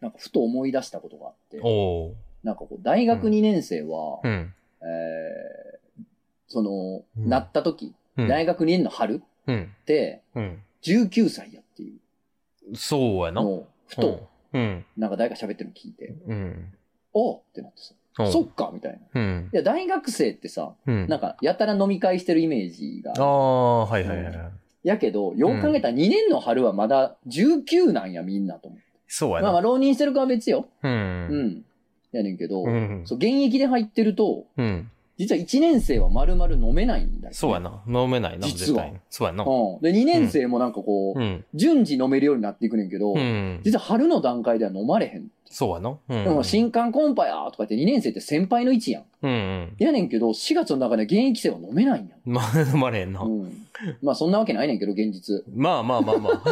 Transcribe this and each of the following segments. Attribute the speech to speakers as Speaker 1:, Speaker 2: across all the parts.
Speaker 1: なんかふと思い出したことがあって、
Speaker 2: おお
Speaker 1: なんかこう、大学
Speaker 2: うん
Speaker 1: 2年生は、
Speaker 2: ー。うん。
Speaker 1: えーその、
Speaker 2: うん
Speaker 1: なった時、
Speaker 2: うん
Speaker 1: 大学2年の春
Speaker 2: うん。
Speaker 1: って、
Speaker 2: うん。
Speaker 1: 19歳やっていう
Speaker 2: そうやな。
Speaker 1: の
Speaker 2: う
Speaker 1: を、ふと、
Speaker 2: ん。
Speaker 1: なんか誰か喋ってるの聞いて、
Speaker 2: うん。
Speaker 1: おうってなってさ、
Speaker 2: うん
Speaker 1: そっかみたいな。い
Speaker 2: うん。
Speaker 1: や、大学生ってさ、
Speaker 2: うん。
Speaker 1: なんか、やたら飲み会してるイメージ
Speaker 2: あ
Speaker 1: が、
Speaker 2: あ、はいはいはいはい。
Speaker 1: やけど、よう考えたら2年の春はまだ19なんや、みんなと思って。
Speaker 2: そうや
Speaker 1: まあまあ、
Speaker 2: な。
Speaker 1: 浪人してる子は別よ。
Speaker 2: う。
Speaker 1: うんん。やねんけど、
Speaker 2: うん。
Speaker 1: そう、現役で入ってると、
Speaker 2: うん。
Speaker 1: 実は1年生は丸々飲めないんだよ、
Speaker 2: そうや。な。飲めないな、
Speaker 1: 実
Speaker 2: 絶
Speaker 1: は
Speaker 2: 対に。そうやな。
Speaker 1: うん。で、2年生もなんかこう、
Speaker 2: うん。
Speaker 1: 順次飲めるようになっていくねんけど、
Speaker 2: うん。
Speaker 1: 実は春の段階では飲まれへん。
Speaker 2: そうやな。うん。
Speaker 1: でも新刊コンパやとか言って2年生って先輩の位置やん。
Speaker 2: うんうん。
Speaker 1: やねんけど、4月の中で現役生は飲めないんやん。
Speaker 2: まあ、飲まれへんな
Speaker 1: う。ん。まあそんなわけないねんけど、現実。
Speaker 2: まあまあまあまあ。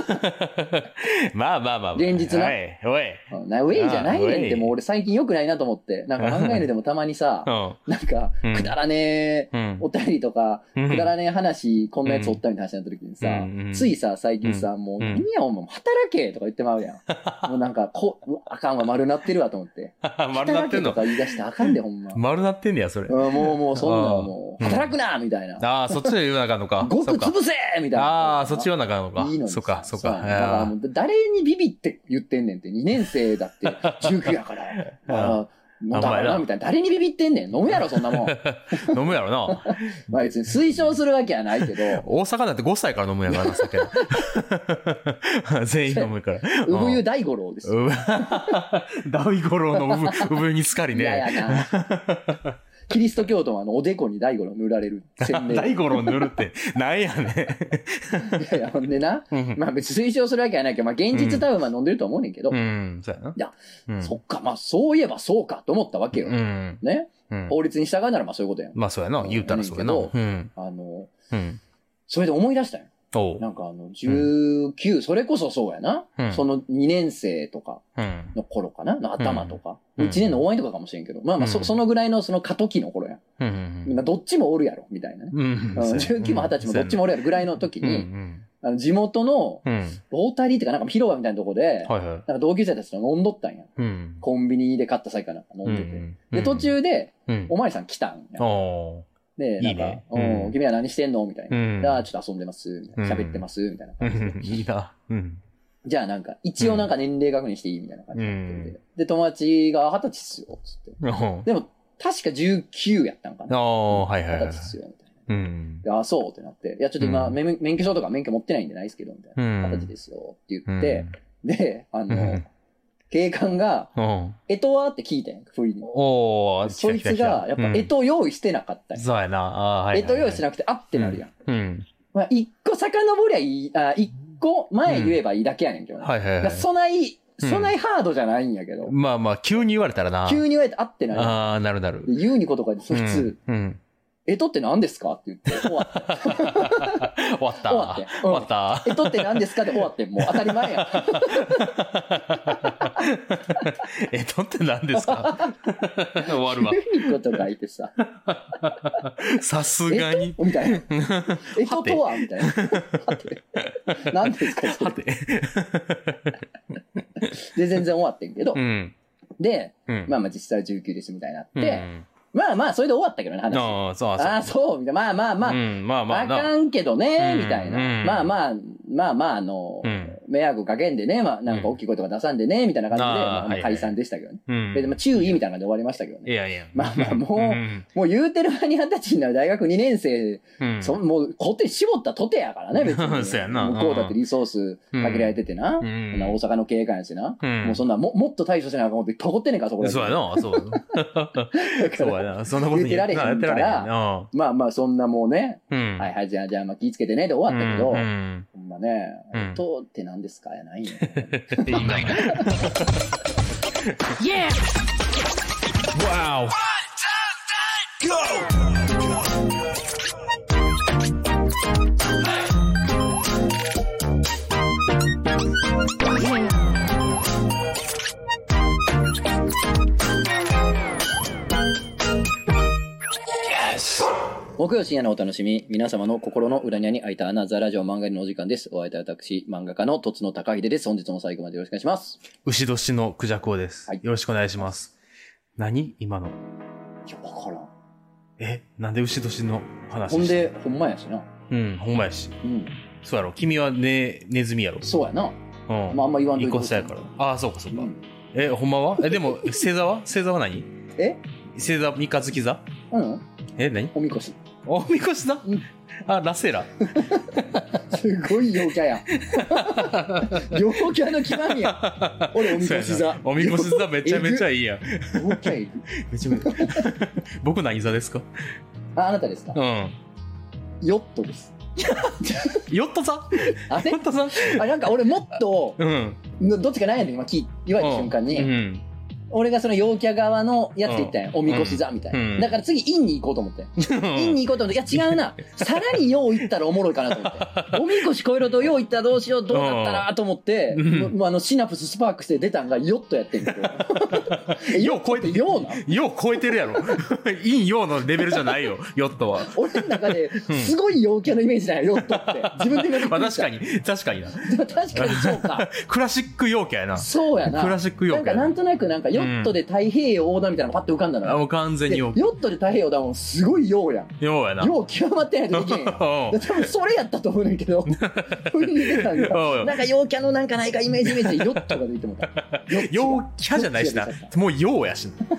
Speaker 2: まあまあまあ。
Speaker 1: 現実な
Speaker 2: はい。おい。
Speaker 1: うんなウェイじゃないねんっ
Speaker 2: あウェイ
Speaker 1: て、もう俺最近良くないなと思って。なんか考えるでもたまにさ
Speaker 2: う、ん。
Speaker 1: なんか
Speaker 2: うん、
Speaker 1: くだらねえ
Speaker 2: うん。
Speaker 1: お便りとか、
Speaker 2: うん
Speaker 1: くだらねえ話、こんなやつおったみたいな話になった時にさ、
Speaker 2: うんうん
Speaker 1: ついさ、最近さ、もう、
Speaker 2: うん
Speaker 1: 何やお前、働けとか言ってまうや ん。もうなんか、こう、うわあかんわ、丸なってるわと思って。
Speaker 2: 丸なって
Speaker 1: 働けと
Speaker 2: んの
Speaker 1: か言い出してあかんで、ほ んま。
Speaker 2: 丸なってんねや、それ。
Speaker 1: うんもう、もう、そんなのもう、
Speaker 2: あーうん
Speaker 1: 働くなみたいな。
Speaker 2: ああ、そっちで言わなあかんのか。
Speaker 1: ごく
Speaker 2: そっか
Speaker 1: 潰せみたいな。
Speaker 2: ああ、そっちはなあかんのか。
Speaker 1: いいのにさ
Speaker 2: そっか、そっ
Speaker 1: う
Speaker 2: か。
Speaker 1: だから
Speaker 2: あ
Speaker 1: も
Speaker 2: ー
Speaker 1: う誰にビビって言ってんねんって、2年生だって、19や から、あー飲んだからな、みたいな。誰にビビってんねん。飲むやろ、そんなもん。
Speaker 2: 飲むやろな。
Speaker 1: まあ別に推奨するわけはないけど、
Speaker 2: 大阪なんて5歳から飲むやからな、酒。 全員飲む から。
Speaker 1: 産湯大五郎ですよ。
Speaker 2: うわ 大五郎の産産にすかり
Speaker 1: いや
Speaker 2: ね。
Speaker 1: いやな。 キリスト教徒はあのおでこに大五郎塗られる洗礼。
Speaker 2: 大五郎塗るって、なんやね
Speaker 1: いやいや、ほんでな。
Speaker 2: ん。
Speaker 1: まあ別に推奨するわけはないけど、まあ現実多分まあ飲んでると思うねんけど
Speaker 2: う、ん、そうやな。
Speaker 1: いや
Speaker 2: うん、
Speaker 1: そっか、まあそういえばそうかと思ったわけよ。
Speaker 2: うん。
Speaker 1: ね。
Speaker 2: うん。
Speaker 1: 法律に従うならまあそういうことやん。
Speaker 2: まあ、そうやな。言うたらそうやな。
Speaker 1: うん
Speaker 2: うん。
Speaker 1: あの、
Speaker 2: うん。
Speaker 1: それで思い出したよ。
Speaker 2: おう。
Speaker 1: なんかあの、19、それこそそうやな。
Speaker 2: うん
Speaker 1: その2年生とか
Speaker 2: うん。
Speaker 1: の頃かな、の頭とか。
Speaker 2: うん
Speaker 1: 1年の終わりとかかもしれんけど、まあまあ
Speaker 2: う
Speaker 1: そ、
Speaker 2: ん
Speaker 1: そのぐらいのその過渡期の頃やん。
Speaker 2: うん。うん
Speaker 1: まあどっちもおるやろ、みたいなね。
Speaker 2: うん
Speaker 1: うん19も20歳もどっちもおるやろぐらいの時
Speaker 2: うん。
Speaker 1: に、
Speaker 2: うん
Speaker 1: あの地元の
Speaker 2: うん。
Speaker 1: ロータリーっていうかなんか広場みたいなとこで、
Speaker 2: はいはい。
Speaker 1: なんか同級生たちと飲んどったんや。
Speaker 2: うん。
Speaker 1: コンビニで買った際かなんか飲んでて。で、途、中で、
Speaker 2: うん。
Speaker 1: おまわりさん来たんや。
Speaker 2: おー
Speaker 1: で、なんか、
Speaker 2: いいねうん
Speaker 1: うん君は何してんのみたいな。
Speaker 2: うん
Speaker 1: じゃあ、ちょっと遊んでます。みたいな
Speaker 2: うん
Speaker 1: 喋ってます。みたいな
Speaker 2: う
Speaker 1: 感じで。
Speaker 2: んいいな。うん。
Speaker 1: じゃあ、なんか、一応なんか年齢確認していいみたいな感じで。
Speaker 2: うん。
Speaker 1: で、友達が二十歳っすよ。つって。
Speaker 2: おー
Speaker 1: でも、確か19やったんかな。
Speaker 2: おーはいは
Speaker 1: 二
Speaker 2: い
Speaker 1: 十
Speaker 2: はい
Speaker 1: 歳っ。すよ。みたいな
Speaker 2: うん。
Speaker 1: で。ああ、そうってなって。いや、ちょっと今、
Speaker 2: うん
Speaker 1: 免免許証とか免許持ってないんでないですけど、みたいうな。二十
Speaker 2: ん
Speaker 1: 歳ですよ。って
Speaker 2: う
Speaker 1: 言
Speaker 2: ん
Speaker 1: って、で、あ
Speaker 2: う
Speaker 1: の
Speaker 2: ん、
Speaker 1: 警官が、
Speaker 2: うん
Speaker 1: えとはって聞いたんやんか、不意に。
Speaker 2: おー
Speaker 1: そいつが、やっぱ、え、と用意してなかったん
Speaker 2: 来た来た来
Speaker 1: や
Speaker 2: たうんそうやな。あーはいはいはい。
Speaker 1: えと用意してなくて、あってなるやん。
Speaker 2: うん。
Speaker 1: まあ、一個遡りゃいい、あ、一個前言えばいいだけやねんけどな。
Speaker 2: はいはいは
Speaker 1: だ
Speaker 2: い
Speaker 1: から。そない、
Speaker 2: うん
Speaker 1: そないハードじゃないんやけど、
Speaker 2: まあまあ、急に言われたらな。
Speaker 1: 急に言われてあってなるやん。
Speaker 2: ああ、なるなる。
Speaker 1: で言うにことかで、そいつ、
Speaker 2: うん。うん
Speaker 1: えとって何ですかって言って、終わって。
Speaker 2: 終わった。
Speaker 1: 終わって
Speaker 2: 終わった。
Speaker 1: えとって何ですかって終わってん、もう当たり前やん。
Speaker 2: えっとって何ですか 終わるわ。
Speaker 1: 言うにことか言ってさ、
Speaker 2: さす が
Speaker 1: え
Speaker 2: に。
Speaker 1: とみたいな。え
Speaker 2: は
Speaker 1: と
Speaker 2: て
Speaker 1: とはみたいな。はて 何ですかそ
Speaker 2: は
Speaker 1: れ
Speaker 2: て。
Speaker 1: で、全然終わってんけど
Speaker 2: う。ん。
Speaker 1: で、
Speaker 2: うん。
Speaker 1: まあまあ実際は19ですみたいになっ
Speaker 2: うん、
Speaker 1: て、まあまあそれで終わったけどね、話。
Speaker 2: ああ、そうそう。
Speaker 1: ああ、そう、みたいな。まあまあまあ
Speaker 2: う、ん、まあまあ
Speaker 1: あ
Speaker 2: な。
Speaker 1: かんけどね、
Speaker 2: うん
Speaker 1: みたいな。
Speaker 2: うん
Speaker 1: まあまあ、まあまあ、あの、
Speaker 2: うん
Speaker 1: 迷惑かけんでね、まあ、なんか大きい声とか出さんでね、みたいな感じで、
Speaker 2: あー
Speaker 1: まあ
Speaker 2: はい
Speaker 1: ま
Speaker 2: は
Speaker 1: あ
Speaker 2: い
Speaker 1: 解散でしたけどね。
Speaker 2: うん。
Speaker 1: で、まあ、注意みたいな感じで終わりましたけど
Speaker 2: い
Speaker 1: ね。
Speaker 2: やいや。
Speaker 1: まあまあもう
Speaker 2: うん
Speaker 1: もう言うてる間に二十歳になる大学2年生、
Speaker 2: うん
Speaker 1: そもう小手絞ったとてやからね、別に。
Speaker 2: そうやな
Speaker 1: 向こうだってリソースかけられててな。
Speaker 2: うん
Speaker 1: そんな大阪の経過やしな。
Speaker 2: うん
Speaker 1: もうそんなも、もっと対処しなあかん思って、かこってんねんから、そこら
Speaker 2: そうやな、そう。そうやな、そんなこと
Speaker 1: 言うてられへんから
Speaker 2: やってられへんな。
Speaker 1: まあまあ、そんなもうね、
Speaker 2: うん。
Speaker 1: はいはい、じゃあ、じゃあ、まあ、気ぃつけてね、で終わったけど、
Speaker 2: うん
Speaker 1: ほんまね、
Speaker 2: うん
Speaker 1: 音って何ですかやないんよ。
Speaker 2: うんいいな。
Speaker 3: Yeah!
Speaker 2: Wow!
Speaker 1: 木曜深夜のお楽しみ、皆様の心の裏に開いた穴、ザラジオ漫画のお時間です。お会いいたい私、漫画家のとつの高秀です。本日も最後までよろしくお願いします。
Speaker 2: 牛年のクジャクオです、
Speaker 1: はい
Speaker 2: よろしくお願いします。何今の。
Speaker 1: いや、わからん。
Speaker 2: えなんで牛年の話
Speaker 1: ほん
Speaker 2: して
Speaker 1: で、ほんまやしな。
Speaker 2: うん、ほんまやし。
Speaker 1: うん。
Speaker 2: そうやろ。君はね、ネズミやろ。
Speaker 1: そうやな。
Speaker 2: うん。
Speaker 1: まあ、あんま言わんと
Speaker 2: 一
Speaker 1: いて
Speaker 2: 個
Speaker 1: ほしい
Speaker 2: 下やから。ああ、そうかそうか。
Speaker 1: うん
Speaker 2: え、ほんまはえ、でも、星座は星座は何
Speaker 1: え
Speaker 2: 星座、三日月座
Speaker 1: うん。
Speaker 2: え、何
Speaker 1: おみこし。
Speaker 2: おみこしだ
Speaker 1: うん
Speaker 2: あ、ラセラ。
Speaker 1: すごい陽キャや。 陽キャの極みや。 俺、おみこし
Speaker 2: そうや
Speaker 1: 座
Speaker 2: な。おみこし座めちゃめちゃいいやん。
Speaker 1: 陽キャいる
Speaker 2: めちゃめちゃ。 僕何座ですか
Speaker 1: あ、あなたですか
Speaker 2: うん。
Speaker 1: ヨットです。
Speaker 2: ヨット座
Speaker 1: あれ
Speaker 2: ヨット座
Speaker 1: あ、なんか俺もっと、
Speaker 2: うん。
Speaker 1: どっちかないやん今聞い言われた瞬間に、
Speaker 2: うん。
Speaker 1: 俺がその陽キャ側のやつで言ったやん、おみこし座みたいな、
Speaker 2: うん
Speaker 1: だから次陰に行こうと思って、陰に行こうと思っていや違うなさらに陽行ったらおもろいかなと思 っておみこし超えろと陽行ったらどうしようどうなったらと思って、
Speaker 2: うん
Speaker 1: もうもうあのシナプススパークして出たんがヨットやって んけどえ
Speaker 2: 陽超えて
Speaker 1: ヨットって陽な
Speaker 2: よう超えてるやろ。 陰陽のレベルじゃないよ、ヨットは。
Speaker 1: 俺の中ですごい陽キャのイメージだよヨットって自分で言う
Speaker 2: まあ
Speaker 1: のびっくり
Speaker 2: 確
Speaker 1: した
Speaker 2: かに、確かにな。
Speaker 1: でも 確かにそうか
Speaker 2: クラシック陽キャやな。
Speaker 1: そうやな
Speaker 2: クラシック陽
Speaker 1: なん
Speaker 2: キャ
Speaker 1: か
Speaker 2: や
Speaker 1: なんとなくなんかヨットで太平洋横断みたいなのパッと浮かんだの
Speaker 2: あ、
Speaker 1: よ、
Speaker 2: もう完全
Speaker 1: で
Speaker 2: に
Speaker 1: ヨ
Speaker 2: 陽
Speaker 1: ットで太平洋横断もすごい陽 やん
Speaker 2: 陽やな。
Speaker 1: よう極まってないとできへ んよ。多
Speaker 2: うん
Speaker 1: 分それやったと思うねんけ ど、ふんでたん
Speaker 2: お
Speaker 1: が、
Speaker 2: うよ
Speaker 1: なんか陽キャのなんかないかイメージイメージでヨットが出てもた。ヨッ
Speaker 2: 陽
Speaker 1: ト
Speaker 2: キャじゃないしな
Speaker 1: ヨット。
Speaker 2: もう陽やしな。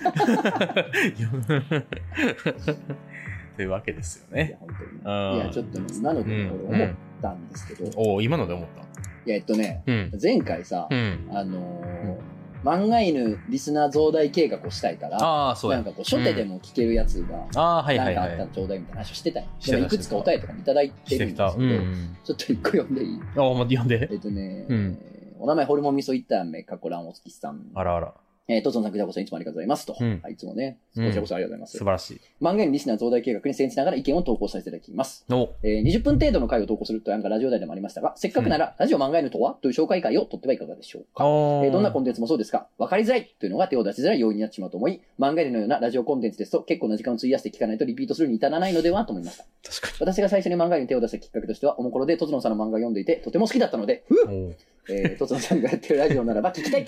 Speaker 2: というわけですよ
Speaker 1: いや
Speaker 2: ね。
Speaker 1: 本当
Speaker 2: あ
Speaker 1: に
Speaker 2: ー
Speaker 1: いや、ちょっとね、今の
Speaker 2: う
Speaker 1: で
Speaker 2: ん
Speaker 1: 俺。
Speaker 2: う
Speaker 1: 思っ
Speaker 2: ん
Speaker 1: たんですけど、い
Speaker 2: おー今ので思った。
Speaker 1: や、えっとね、
Speaker 2: うん。
Speaker 1: 前回さ
Speaker 2: う、ん。
Speaker 1: あのー、漫画犬リスナー増大計画をしたいから、
Speaker 2: ああ、そう
Speaker 1: な
Speaker 2: や
Speaker 1: ん。かこう、初手でも聞けるやつが、
Speaker 2: ああ、はい
Speaker 1: な
Speaker 2: は
Speaker 1: ん
Speaker 2: い
Speaker 1: かあ
Speaker 2: は
Speaker 1: ったら
Speaker 2: い。
Speaker 1: ちょうだいみたいな話をしてたんよ
Speaker 2: して
Speaker 1: で
Speaker 2: た
Speaker 1: もいくつかお便りとかもいただい
Speaker 2: してて
Speaker 1: るん
Speaker 2: き
Speaker 1: ですけど
Speaker 2: た。う、ん。
Speaker 1: ちょっと一個読んでいい
Speaker 2: ああ、ま、読んで
Speaker 1: え。っとね、
Speaker 2: うん
Speaker 1: お名前ホルモン味噌一旦目、かっこ卵お月さん。
Speaker 2: あらあら。
Speaker 1: えー、とつのさん、くじゃこさん、いつもありがとうございますと。
Speaker 2: うん
Speaker 1: はい、いつもね、こ
Speaker 2: うん
Speaker 1: ちらこそありがとうござい
Speaker 2: 素晴
Speaker 1: ます。
Speaker 2: らしい。
Speaker 1: 漫画にリスナー増大計画に先しながら意見を投稿させていただきます。
Speaker 2: お
Speaker 1: えー、20分程度の回を投稿するという案がラジオ内でもありましたが、せっかくなら、ラジオ漫画へのとはという紹介会を取ってはいかがでしょうか。
Speaker 2: お
Speaker 1: えーどんなコ
Speaker 2: ン
Speaker 1: ンテンツもそうですが、分かりづらいというのが手を出しづらい要因になってしまうと思い、漫画へのようなラジオコンテンツですと結構な時間を費やして聞かないとリピートするに至らないのではと思いました。
Speaker 2: 確かに。
Speaker 1: 私が最初に漫画に手を出したきっかけとしては、おもころでとつのさんの漫画を読んでいて、とても好きだったので、ふう
Speaker 2: おー
Speaker 1: えー、とつのさんがやってるラジオならば聞きたい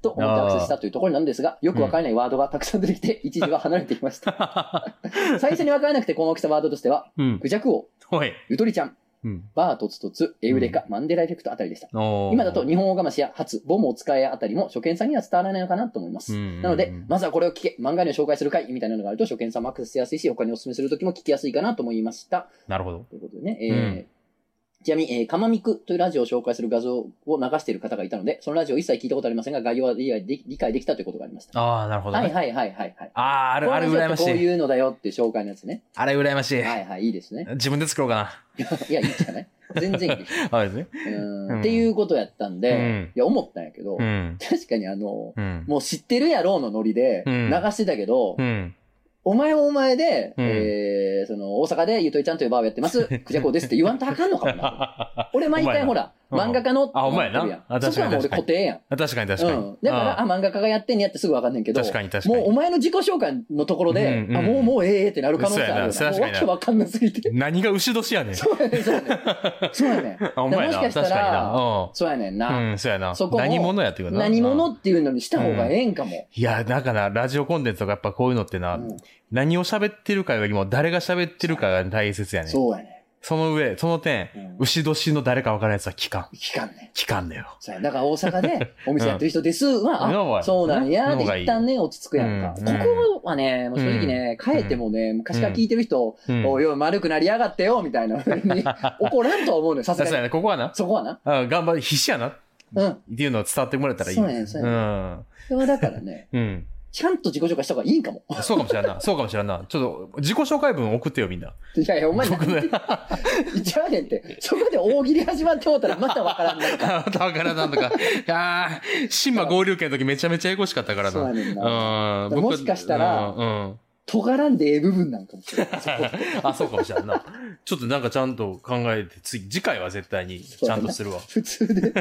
Speaker 1: と思ってアクセスしたというところなんですが、よくわからないワードがたくさん出てきて、一時は離れていました。最初にわからなくて困惑したワードとしては、
Speaker 2: うん。
Speaker 1: クジャク王、
Speaker 2: おい。
Speaker 1: ゆとりちゃん、
Speaker 2: うん。
Speaker 1: バートツトツ、エウレカ、マンデラエフェクトあたりでした。
Speaker 2: おー
Speaker 1: 今だと、日本オオガマシや初、ボムを使えあたりも初見さんには伝わらないのかなと思います。
Speaker 2: な
Speaker 1: なので、まずはこれを聞け、漫画に紹介する回みたいなのがあると初見さんもアクセスしやすいし、他にお勧めするときも聞きやすいかなと思いました。
Speaker 2: なるほど。
Speaker 1: ということでね、えー
Speaker 2: うん
Speaker 1: ちなみに、えー、かまみくというラジオを紹介する画像を流している方がいたので、そのラジオを一切聞いたことありませんが、概要は理解でき理解できたということがありました。
Speaker 2: ああ、なるほど
Speaker 1: は
Speaker 2: ね。
Speaker 1: いはいはいはいはい。
Speaker 2: ああ、あれ、あれ
Speaker 1: この
Speaker 2: 羨
Speaker 1: ラ
Speaker 2: ま
Speaker 1: ジ
Speaker 2: し
Speaker 1: オってこう
Speaker 2: い。
Speaker 1: いうのだよって紹介のやつね。
Speaker 2: あれ羨ましい。
Speaker 1: はいはい、いいですね。
Speaker 2: 自分で作ろうか
Speaker 1: いや、いいじゃない全然いいです。
Speaker 2: な。あれですね。
Speaker 1: うー
Speaker 2: うんん
Speaker 1: っていうことやったんで、
Speaker 2: うん
Speaker 1: いや、思ったんやけど、
Speaker 2: うん。
Speaker 1: 確かにあの、
Speaker 2: うん。
Speaker 1: もう知ってるやろうのノリで
Speaker 2: う
Speaker 1: 流
Speaker 2: ん
Speaker 1: してたけど、
Speaker 2: うん。
Speaker 1: お前はお前で、
Speaker 2: うん
Speaker 1: えーその、大阪でゆとりちゃんというバーをやってます、くじゃこですって言わんとあかんのかもな。俺毎回ほら、
Speaker 2: お前
Speaker 1: 漫
Speaker 2: な
Speaker 1: 画家のって
Speaker 2: あお前な
Speaker 1: 思ってるやん
Speaker 2: あ確かに
Speaker 1: そこはもう俺
Speaker 2: 確か
Speaker 1: 固
Speaker 2: に
Speaker 1: 定やん。
Speaker 2: 確かに確
Speaker 1: う
Speaker 2: かに。
Speaker 1: ん。だから、あ、
Speaker 2: あ
Speaker 1: 漫画家がやってんねやってすぐわかんねんけ
Speaker 2: ー
Speaker 1: ど。
Speaker 2: 確かに確か
Speaker 1: もうお
Speaker 2: に。
Speaker 1: 前の自己紹介のところで、
Speaker 2: うんうん
Speaker 1: あ、もうもうええええってなる可能性ある
Speaker 2: そう
Speaker 1: よ
Speaker 2: や
Speaker 1: な。もうわけ
Speaker 2: な
Speaker 1: わかんなすぎて。
Speaker 2: 何が牛年やねん。
Speaker 1: そうやねん、そうやねん。そうやねん。
Speaker 2: あ、お前
Speaker 1: だから
Speaker 2: な。
Speaker 1: もしか
Speaker 2: 確か
Speaker 1: し
Speaker 2: に
Speaker 1: たら
Speaker 2: な。う
Speaker 1: そうやねんな。
Speaker 2: ん。うん、そうやな
Speaker 1: そ。こを
Speaker 2: 何者やっていうかな。
Speaker 1: 何
Speaker 2: うん
Speaker 1: 者っていうのにした方がええんかも。
Speaker 2: いや、だから、ラジオコンテンツとかやっぱこういうのってな、
Speaker 1: うん
Speaker 2: 何を喋ってるかよりも誰が喋ってるかが大切やねん。
Speaker 1: そうやね
Speaker 2: その上、その点、
Speaker 1: うん
Speaker 2: 牛年の誰か分からないやつは聞かん。
Speaker 1: ん。聞かんねん。
Speaker 2: 聞かんだよ。
Speaker 1: そうやだから大阪 でお店やってる人です
Speaker 2: うん
Speaker 1: は、あ、
Speaker 2: うん
Speaker 1: そうなんやで
Speaker 2: のがいい
Speaker 1: 一旦ね、落ち着くやんか。
Speaker 2: うん
Speaker 1: ここはね、もう正直ね、変えてもね、昔から聞いてる人、
Speaker 2: うん。
Speaker 1: おいおい、丸くなりやがってよ、みたいな風 に怒らんとは思うのよ、さす
Speaker 2: さすが
Speaker 1: がに。
Speaker 2: に、ここはな、
Speaker 1: そこはな。
Speaker 2: あ頑張り、必死やなっ
Speaker 1: うん。
Speaker 2: ていうのを伝わってもらえたらいい。
Speaker 1: そうやねんそうやね
Speaker 2: ん。
Speaker 1: それはだからね、
Speaker 2: うん。
Speaker 1: ちゃんと自己紹介した方がいいん かも。
Speaker 2: そうかもしれんな。そうかもしれんな。ちょっと、自己紹介文送ってよ、みんな。
Speaker 1: いやいや、お前、
Speaker 2: 僕ね。
Speaker 1: 言っちゃうねんって。そこで大喜利始まって思ったらまたわからんなるか。
Speaker 2: あなた わからなんとか。ああ、新馬合流圏の時めちゃめちゃエゴしかったからら
Speaker 1: そうや
Speaker 2: な。
Speaker 1: ねんな。
Speaker 2: うん。
Speaker 1: もしかしたら
Speaker 2: うん。うん
Speaker 1: 尖らんでええ部分なんかもしれない。
Speaker 2: あ、そうかもしれんな。ちょっとなんかちゃんと考えて、次、次回は絶対にちゃんとするわ。
Speaker 1: 普通で。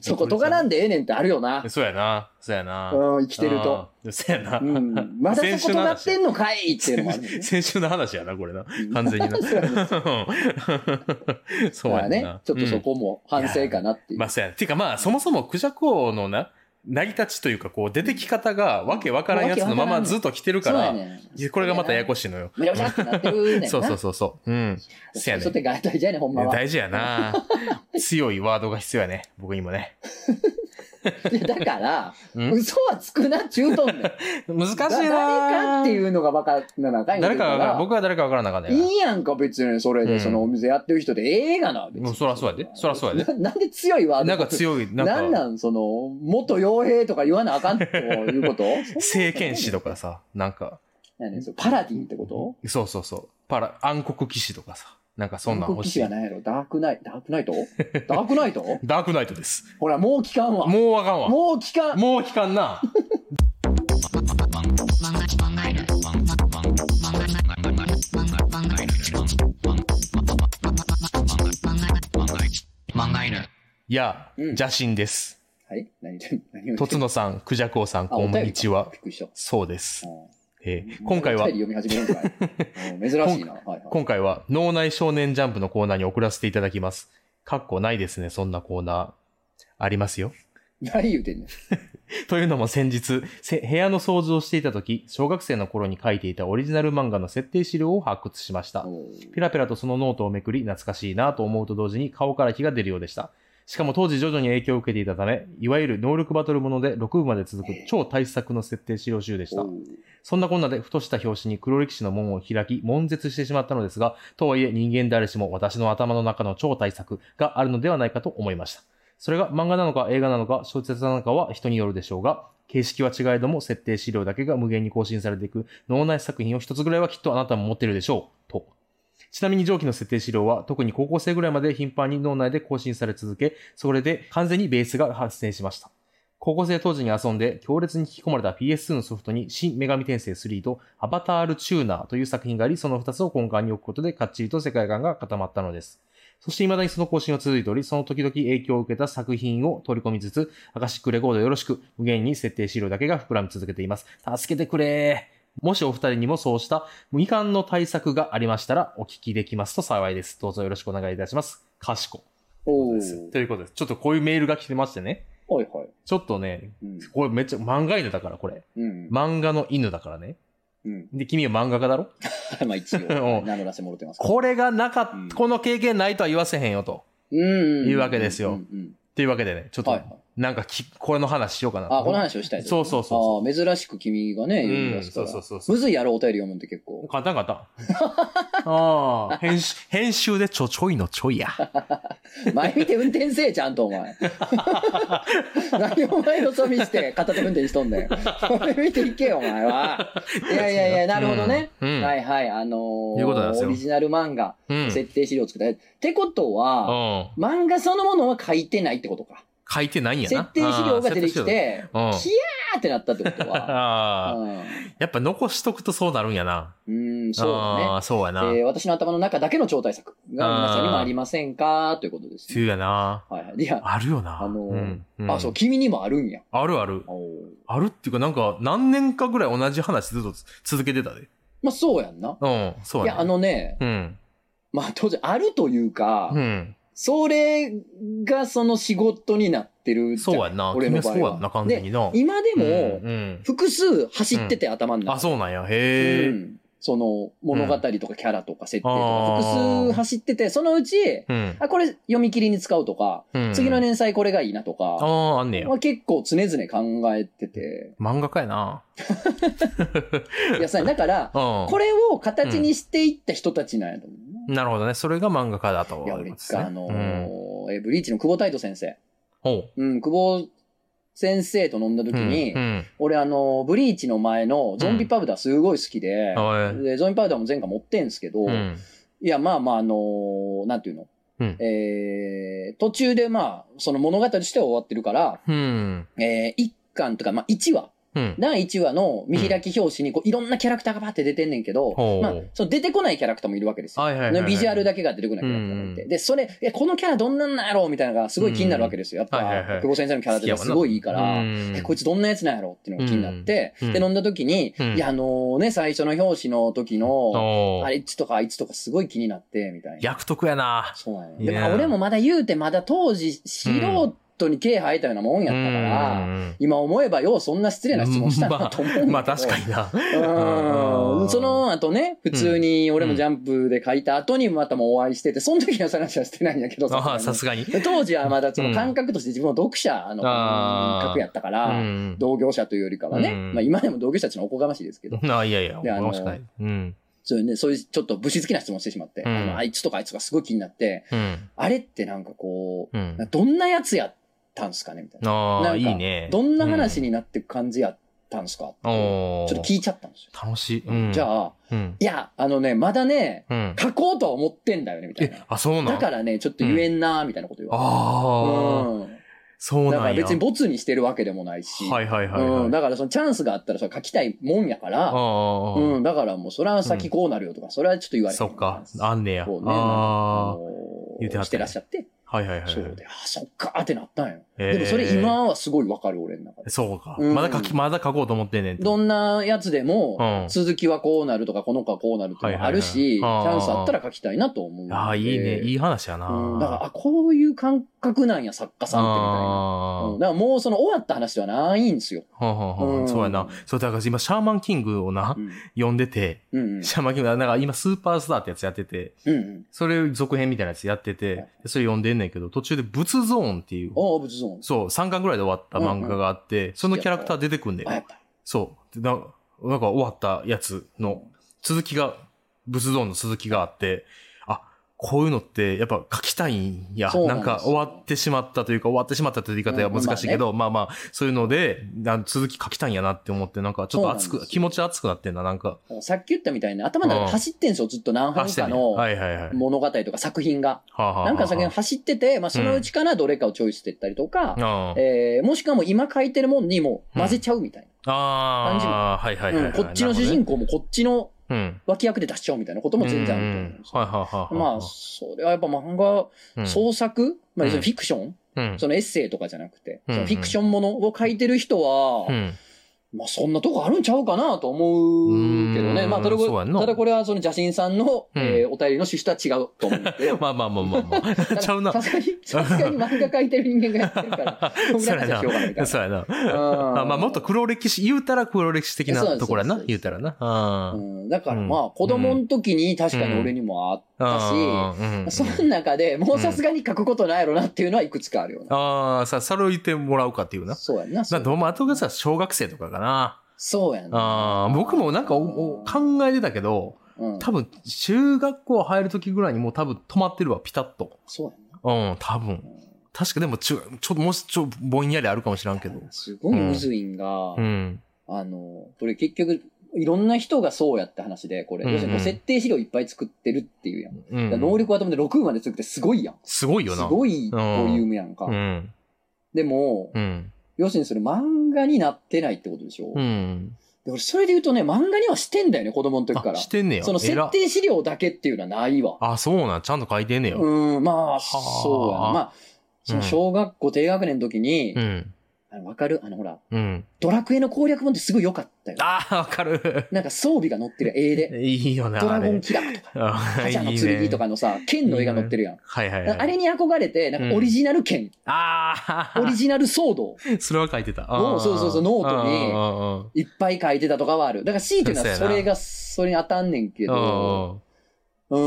Speaker 1: そこ尖らんでええねんってあるよな。
Speaker 2: そうやな。そうやな。
Speaker 1: うん、生きてると。
Speaker 2: うん。そうやな。
Speaker 1: うん。まだそこ尖ってんのかいっていうのもある、ね。
Speaker 2: 先週の話やな、これな。
Speaker 1: うん
Speaker 2: 完全にな
Speaker 1: そうやねだか
Speaker 2: うんそうや
Speaker 1: ら
Speaker 2: んな。
Speaker 1: ね、ちょっとそこも反省かなって
Speaker 2: う
Speaker 1: い
Speaker 2: ん。
Speaker 1: う。
Speaker 2: まあ、そうや。てかまあ、そもそもクジャク王のな、成り立ちというか、こう、出てき方がわけわからんやつのままずっと来てるか
Speaker 1: そうや
Speaker 2: ら、
Speaker 1: ね
Speaker 2: いやこれがまたややこしいのよ。
Speaker 1: むちゃむちゃってなってるねんな。
Speaker 2: そうそうそうそう。うん。せやねん
Speaker 1: そって外体じゃねほんまは。
Speaker 2: 大事やな強いワードが必要やね。僕にもね。
Speaker 1: いやだから、
Speaker 2: うん
Speaker 1: 嘘はつくな、中途んねん。
Speaker 2: 難しいな。
Speaker 1: 誰かっていううのが分からなあかん
Speaker 2: 誰かわからん。僕は誰かわからなあかんねんな。
Speaker 1: いいやんか、別にそれ
Speaker 2: う
Speaker 1: で、
Speaker 2: ん
Speaker 1: そのお店やってる人で、ええがな、別に
Speaker 2: うんそらそうやでそらそうやで
Speaker 1: ななんで強いワード
Speaker 2: なんか強い、
Speaker 1: な
Speaker 2: なんん
Speaker 1: な
Speaker 2: か
Speaker 1: ん、その、元傭兵とか言わなあかんということ
Speaker 2: 聖剣士とかさ、なんか、
Speaker 1: 何やねんそれパラディンってこと
Speaker 2: そうそうそう。パラ、暗黒騎士とかさ、なんかそんなん
Speaker 1: 暗黒
Speaker 2: 欲
Speaker 1: 騎
Speaker 2: し
Speaker 1: 士
Speaker 2: い
Speaker 1: は。ないやろ。ダークナイト、ダークナイトダークナイト
Speaker 2: ダークナイトです。
Speaker 1: ほら、もう聞かんわ。
Speaker 2: もうわかんわ。も
Speaker 1: もう聞か。
Speaker 2: うん聞かんな。いや、
Speaker 1: うん
Speaker 2: 邪神です。
Speaker 1: はい何言ってん何を言って
Speaker 2: とつ
Speaker 1: ん
Speaker 2: のさん、くじゃこうさん、
Speaker 1: あ
Speaker 2: こんにち
Speaker 1: お便りか
Speaker 2: は
Speaker 1: び。っくりした。
Speaker 2: そうです。
Speaker 1: う
Speaker 2: えー
Speaker 1: ん
Speaker 2: 今回は
Speaker 1: お、便り読み始めるんか いうん珍しいな。はいはい
Speaker 2: 今回は脳内少年ジャンプのコーナーに送らせていただきます。かっこないですね、そんなコーナー。ありますよ。
Speaker 1: 何言うてんねん。
Speaker 2: というのも先日、せ部屋の掃除をしていた時、小学生の頃に書いていたオリジナル漫画の設定資料を発掘しました。
Speaker 1: おう
Speaker 2: ペラペラとそのノートをめくり、懐かしいなと思うと同時に顔から火が出るようでした。しかも当時徐々に影響を受けていたため、いわゆる能力バトルもので6部まで続く超大作の設定資料集でした
Speaker 1: お。う
Speaker 2: そんなこんなで、ふとした表紙に黒歴史の門を開き、悶絶してしまったのですが、とはいえ人間誰しも私の頭の中の超大作があるのではないかと思いました。それが漫画なのか映画なのか小説なのかは人によるでしょうが、形式は違えども設定資料だけが無限に更新されていく脳内作品を一つぐらいはきっとあなたも持っているでしょう、と。ちなみに上記の設定資料は特に高校生ぐらいまで頻繁に脳内で更新され続け、それで完全にベースが発生しました。高校生当時に遊んで強烈に引き込まれた PS2 のソフトに新女神転生3とアバタールチューナーという作品があり、その2つを根幹に置くことでかっちりと世界観が固まったのです。そして未だにその更新は続いており、その時々影響を受けた作品を取り込みつつ、アカシックレコードよろしく、無限に設定資料だけが膨らみ続けています。助けてくれもしお二人にもそうした未完の対策がありましたら、お聞きできますと幸いです。どうぞよろしくお願いいたします。かしこ。
Speaker 1: おう
Speaker 2: ということです。ちょっとこういうメールが来てましてね。
Speaker 1: はいはい。
Speaker 2: ちょっとね、
Speaker 1: うん
Speaker 2: これめっちゃ漫画犬だから、これ。
Speaker 1: うん。
Speaker 2: 漫画の犬だからね。
Speaker 1: うん。
Speaker 2: で、君は漫画家だろ
Speaker 1: まあ一
Speaker 2: う
Speaker 1: 応、
Speaker 2: ん
Speaker 1: 名乗らせてもろてますけど
Speaker 2: これがなかっ、
Speaker 1: うん
Speaker 2: この経験ないとは言わせへんよと。
Speaker 1: うん。
Speaker 2: いうわけです
Speaker 1: う
Speaker 2: よ
Speaker 1: んうん
Speaker 2: っていうわけでね、ちょっ
Speaker 1: はい
Speaker 2: と
Speaker 1: はい、。
Speaker 2: なんかき、これの話しようかなと。
Speaker 1: あ、この話をしたいですね
Speaker 2: そうそうそ
Speaker 1: あ
Speaker 2: う
Speaker 1: ー珍しく君がね、
Speaker 2: う
Speaker 1: 読み出
Speaker 2: ん、
Speaker 1: すか
Speaker 2: そう
Speaker 1: ら。
Speaker 2: そうそうそう。
Speaker 1: むずいやろ、お便り読むんって結構。
Speaker 2: 簡単簡単。 ああ、編集、編集でちょちょいのちょいや。
Speaker 1: 前見て運転せえ、ちゃんとお 前。何お前よそ見して、片手運転しとん ねん。これ見ていけよ、お前 は。いやいやいや、なるほどね。
Speaker 2: うん。うん。
Speaker 1: はいはい、あのー
Speaker 2: いうことなんですよ
Speaker 1: オリジナル漫画、
Speaker 2: うん。
Speaker 1: 設定資料作った。ってことは、
Speaker 2: うん
Speaker 1: 漫画そのものは書いてないってことか。
Speaker 2: 書いてないんやな。
Speaker 1: 設定資料が出てき
Speaker 2: あー設定資料
Speaker 1: て、
Speaker 2: うん
Speaker 1: キヤーってなったってこと は。
Speaker 2: ああ、
Speaker 1: うん
Speaker 2: やっぱ残しとくとそうなるんやな。
Speaker 1: うん、そうだ
Speaker 2: あ
Speaker 1: ね。
Speaker 2: あ、そうやな。
Speaker 1: えー私の頭の中だけの超大作が皆さんにもありませんかということです、
Speaker 2: そう
Speaker 1: ね。
Speaker 2: やな。
Speaker 1: はいはい。いや、
Speaker 2: あるよな。
Speaker 1: あのー
Speaker 2: うんん
Speaker 1: あ、そう、君にもあるんや。
Speaker 2: あるある。
Speaker 1: おー
Speaker 2: あるっていうか、なんか、何年かぐらい同じ話ずっと続けてたで。
Speaker 1: まあ、そうやんな。
Speaker 2: うん、そう
Speaker 1: い
Speaker 2: や、ね。
Speaker 1: や、あ、のね、
Speaker 2: うん。
Speaker 1: まあ、当然あるというか、
Speaker 2: うん。
Speaker 1: それがその仕事になってるじゃ
Speaker 2: そ
Speaker 1: ん
Speaker 2: うやんな。
Speaker 1: 俺
Speaker 2: 君
Speaker 1: の
Speaker 2: は
Speaker 1: 場
Speaker 2: そう
Speaker 1: 合
Speaker 2: や
Speaker 1: は。
Speaker 2: んな、完全にな。
Speaker 1: で今でも
Speaker 2: うん、うん
Speaker 1: 複数走ってて、頭の中。
Speaker 2: あ、そうなんや。へえ、
Speaker 1: う
Speaker 2: うん。
Speaker 1: んその、物語とかキャラとか設定と
Speaker 2: あ
Speaker 1: か、
Speaker 2: ー
Speaker 1: 複数走ってて、そのうち、
Speaker 2: うん。
Speaker 1: あ、これ読み切りに使うとか、次の
Speaker 2: ね。
Speaker 1: 連載これがいいなとか、
Speaker 2: ああ、あんねや
Speaker 1: ま。あ、結構常々考えてて。
Speaker 2: 漫画家やな。
Speaker 1: いや、さ、だから、
Speaker 2: うん。
Speaker 1: これを形にしていった人たちなんやと思うね。
Speaker 2: なるほどね。それが漫画家だと
Speaker 1: いや、
Speaker 2: 思い
Speaker 1: 俺
Speaker 2: ま
Speaker 1: 一
Speaker 2: す、ね。
Speaker 1: 回あの
Speaker 2: うん、
Speaker 1: ーえブリーチの久保太斗先生。
Speaker 2: ほう。
Speaker 1: うん、久保先生と飲んだ時に、
Speaker 2: うん。
Speaker 1: 俺あのー、ブリーチの前のゾンビパウダーすごい好きで
Speaker 2: うん、はい
Speaker 1: でゾンビパウダーも前回持ってんすけど、
Speaker 2: うん。
Speaker 1: いや、まあまあ、あのーなんていうの、
Speaker 2: うん
Speaker 1: えー途中でまあ、その物語としては終わってるから、
Speaker 2: うん。
Speaker 1: えー、1巻とか、まあ1話
Speaker 2: うん。
Speaker 1: 第1話の見開き表紙にこういろんなキャラクターがバーって出てんねんけど、
Speaker 2: ほう
Speaker 1: まあ、その出てこないキャラクターもいるわけですよ。
Speaker 2: はいはいはい、
Speaker 1: ねビジュアル
Speaker 2: け。
Speaker 1: だけが出てこないキャラクターがいて。
Speaker 2: う
Speaker 1: で、それ、え、このキャラどんなんなんやろうみたいなのがすごい気になるわけですよ。やっぱ、
Speaker 2: はいはいはい
Speaker 1: 久保先生のキャラってすごいいいから、え、こいつどんなやつなんやろうっていうのが気になって、
Speaker 2: うん
Speaker 1: で、飲んだ時に、
Speaker 2: うん
Speaker 1: いや、あのね、最初の表紙の時の、
Speaker 2: の
Speaker 1: あいつとかあいつとかすごい気になって、みたいな。
Speaker 2: 役得やな。
Speaker 1: そうなんや。
Speaker 2: い
Speaker 1: で
Speaker 2: や
Speaker 1: もまあ俺もまだ言うて、まだ当時、素人に毛生えたようなもんやったから、
Speaker 2: うん
Speaker 1: 今思えばようそんな失礼な質問したなと思うんだけど、
Speaker 2: まあ確かにな。
Speaker 1: う
Speaker 2: うんん
Speaker 1: その後ね、普通に俺もジャンプで書いた後にまたもうお会いしてて、その時の話はしてないんやけど、
Speaker 2: ああ、
Speaker 1: さ
Speaker 2: さ
Speaker 1: す
Speaker 2: すがに。
Speaker 1: がに当時はまだその感覚として自分は読者の
Speaker 2: あー
Speaker 1: 感覚やったか
Speaker 2: う
Speaker 1: ら、
Speaker 2: ん。
Speaker 1: 同業者というよりかはね、
Speaker 2: うん
Speaker 1: まあ今でも同業者たちのおこがましいですけど、
Speaker 2: あいやいや、
Speaker 1: であの
Speaker 2: おかしくない。うん。
Speaker 1: そういうね、そういうちょっと武士好きな質問してしまって、
Speaker 2: うん
Speaker 1: あのあいつとかあいつがすごい気になって、
Speaker 2: うん。
Speaker 1: あれってなんかこ
Speaker 2: う
Speaker 1: う、
Speaker 2: ん。
Speaker 1: どんなやつやったんすかねみたいな。
Speaker 2: あ
Speaker 1: な
Speaker 2: あ、
Speaker 1: ん
Speaker 2: い
Speaker 1: か
Speaker 2: いね。
Speaker 1: どんな話
Speaker 2: に、
Speaker 1: になってく感じやったんすかって
Speaker 2: うん、お
Speaker 1: ちょっと聞いちゃったんですよ。
Speaker 2: と楽しい。うん。
Speaker 1: じ
Speaker 2: あ、
Speaker 1: ゃあ、
Speaker 2: うん。
Speaker 1: いや、あのね、まだね、
Speaker 2: うん。
Speaker 1: 書こうとは思ってんだよね、みたい
Speaker 2: え
Speaker 1: な、。
Speaker 2: あ、そうなん
Speaker 1: だからね、ちょっと言えんな、みたいなこと言われて。
Speaker 2: ああ、
Speaker 1: うん
Speaker 2: そう
Speaker 1: だ
Speaker 2: な
Speaker 1: か
Speaker 2: ん
Speaker 1: ら
Speaker 2: や。
Speaker 1: 別にボツにしてるわけでもないし。
Speaker 2: はいはいはい、はい。
Speaker 1: うん。だからそのチャンスがあったらそれ書きたいもんやから、
Speaker 2: ああ、、
Speaker 1: うんん。だからもうそれは先こうなるよとか、それはちょっと言われて
Speaker 2: そ
Speaker 1: る
Speaker 2: っか、あんねや。
Speaker 1: こうね、
Speaker 2: あ言
Speaker 1: 言ってて
Speaker 2: うはったね
Speaker 1: してらっしゃって。
Speaker 2: あ、はいはいはい。
Speaker 1: そうで、あ、そっかってなったんよ。
Speaker 2: えー
Speaker 1: でもそれ今はすごいわかる、俺の中で。
Speaker 2: そうか、
Speaker 1: うん
Speaker 2: まだ書き、まだ書こうと思ってんねんて。
Speaker 1: どんなやつでも
Speaker 2: う、ん
Speaker 1: 続きはこうなるとか、この子はこうなるっていうのもあるし、チ
Speaker 2: はいはいはいあ
Speaker 1: ャン
Speaker 2: ー
Speaker 1: スあったら書きたいなと思う。
Speaker 2: ああ、いいね。いい話やな。
Speaker 1: うんだから、あ、こういう感覚なんや、作家さんってみたいな。
Speaker 2: あー
Speaker 1: うんだからもうその終わった話ではないんですよ。
Speaker 2: ほんほんほん
Speaker 1: うん
Speaker 2: そうやな。そう、だから今、シャーマンキングをな
Speaker 1: う、ん。
Speaker 2: 読んでて、
Speaker 1: うんう ん
Speaker 2: シャーマンキング、なんか今、スーパースターってやつやってて、
Speaker 1: うんうん。
Speaker 2: それ続編みたいなやつやってて、それ読んでんねんけど、途中で仏ゾーンっていう、
Speaker 1: ああ、仏像。
Speaker 2: そう、3巻ぐらいで終わった漫画があって、そのキャラクター出てくんねん
Speaker 1: あ、やっぱ。
Speaker 2: そう。でななんか終わったやつの続きが、仏像の続きがあって、あ、こういうのってやっぱ書きたいんや。
Speaker 1: そう
Speaker 2: な
Speaker 1: なんで
Speaker 2: ん
Speaker 1: すよ
Speaker 2: か終わってしまったというか、終わってしまったという言い方は難しいけど、まあまあ、そういうので、な続き書きたいんやなって思って、なんかちょっと熱
Speaker 1: そうなん
Speaker 2: く、
Speaker 1: です
Speaker 2: 気持ち熱くなってんな、なんか。
Speaker 1: だからさっき言ったみたいに頭の中で走ってんすよ、ずっと何本
Speaker 2: 走って
Speaker 1: か
Speaker 2: んね
Speaker 1: の
Speaker 2: はいはいはい。
Speaker 1: 物語とか作品が。
Speaker 2: はあはあはあ
Speaker 1: なんか作品走ってて、まあそのうちからどれかをチョイスしていったりとか、
Speaker 2: あー
Speaker 1: えーもしくはもう今書いてるもんにもう混ぜちゃうみたい感じも
Speaker 2: あー、はいはい
Speaker 1: な。
Speaker 2: はいは
Speaker 1: うん
Speaker 2: い。
Speaker 1: こっちの主人
Speaker 2: 公。
Speaker 1: 公もこっちの
Speaker 2: うん。
Speaker 1: 脇役で出しちゃうみたいなことも全然あると思うんですよ
Speaker 2: はいはいはい。
Speaker 1: まあ、それはやっぱ漫画、
Speaker 2: うん、
Speaker 1: 創作、まあ、そのフィクション、
Speaker 2: うん。
Speaker 1: そのエッセイとかじゃなくて、
Speaker 2: うん
Speaker 1: そのフィクションものを書いてる人は、
Speaker 2: うん。
Speaker 1: まあそんなとこあるんちゃうかなと思うけど
Speaker 2: うー
Speaker 1: ね。
Speaker 2: ん
Speaker 1: まあただこ
Speaker 2: そうやん
Speaker 1: れ
Speaker 2: な
Speaker 1: ただこれはその邪神さんの、
Speaker 2: うん。
Speaker 1: えーお便りの趣旨とは違うと思うんですけど
Speaker 2: まあまあまあまあま あ。 ちゃうな
Speaker 1: さ。すがに、さすがに漫画書いてる人間がやってるから、 こんな話はしようかなみたいな。
Speaker 2: そうやな。
Speaker 1: うん
Speaker 2: あまあもっと黒歴史、言うたら黒歴史的な
Speaker 1: そうなんです
Speaker 2: ところやな
Speaker 1: そう、で
Speaker 2: 言
Speaker 1: す
Speaker 2: うたらな。あ
Speaker 1: うんだからまあ子供の時に確かに俺にもあったし、
Speaker 2: あー、うん
Speaker 1: その中でもうさすがに書くことないやろなっていうのはいくつかあるよな。
Speaker 2: あー、さ、それを言ってもらうかっていうな。
Speaker 1: そうやんな。そ
Speaker 2: な
Speaker 1: う
Speaker 2: どうも、あとがさ、小学生とかかな。
Speaker 1: そうやんな。
Speaker 2: あー僕もなんかおお考えてたけど、
Speaker 1: うん、
Speaker 2: 多分、中学校入る時ぐらいにもう多分止まってるわ、ピタッと。
Speaker 1: そうやんな。
Speaker 2: うん、多分。確かでも、ちょ、ちょ、もし、ちょ、ぼんやりあるかもしらんけど。
Speaker 1: すごいむずいんが、
Speaker 2: うん。
Speaker 1: あの、これ結局、いろんな人がそうやって話で、これ、
Speaker 2: うんうん
Speaker 1: 要するにこう設定資料いっぱい作ってるっていうやん。だから
Speaker 2: うん。
Speaker 1: 能力頭で6まで作ってすごいやん。
Speaker 2: すごいよ
Speaker 1: す
Speaker 2: な。
Speaker 1: ごいボリュームやんか。
Speaker 2: うん。
Speaker 1: でも、
Speaker 2: うん。
Speaker 1: 要するにそれ漫画になってないってことでしょ、
Speaker 2: うん。
Speaker 1: で俺それで言うとね、漫画にはしてんだよね、子供の時から
Speaker 2: あ、し。てんねや。
Speaker 1: その設
Speaker 2: 偉
Speaker 1: 定資料だけっていうのはないわ。
Speaker 2: あ、そうなん、ちゃんと書いてんねよ。
Speaker 1: うん、まあ、
Speaker 2: あ
Speaker 1: そうやな。まあ、その小学校低学年の時に
Speaker 2: う、ん。
Speaker 1: あのわかるあのほら、
Speaker 2: うん。
Speaker 1: ドラクエの攻略本ってすごい良かったよ。
Speaker 2: ああ、わかる。
Speaker 1: なんか装備が載ってる絵 で。
Speaker 2: いいよな、
Speaker 1: ドラ
Speaker 2: あ
Speaker 1: ゴン
Speaker 2: れ。
Speaker 1: キラーとか、
Speaker 2: あー
Speaker 1: カチャの
Speaker 2: いいね
Speaker 1: 剣とかのさ、剣の絵が載ってるやん。
Speaker 2: はいはいはい。
Speaker 1: あれに憧れて、なんかオリジナル剣、
Speaker 2: ああ、
Speaker 1: オリジナルソードを
Speaker 2: それは書いてた。
Speaker 1: おうそうそうそうノートに
Speaker 2: に。
Speaker 1: いっぱい書いてたとかはある。だから C っていうのは
Speaker 2: そう
Speaker 1: そ
Speaker 2: やな
Speaker 1: れが、それに当たんねんけど、う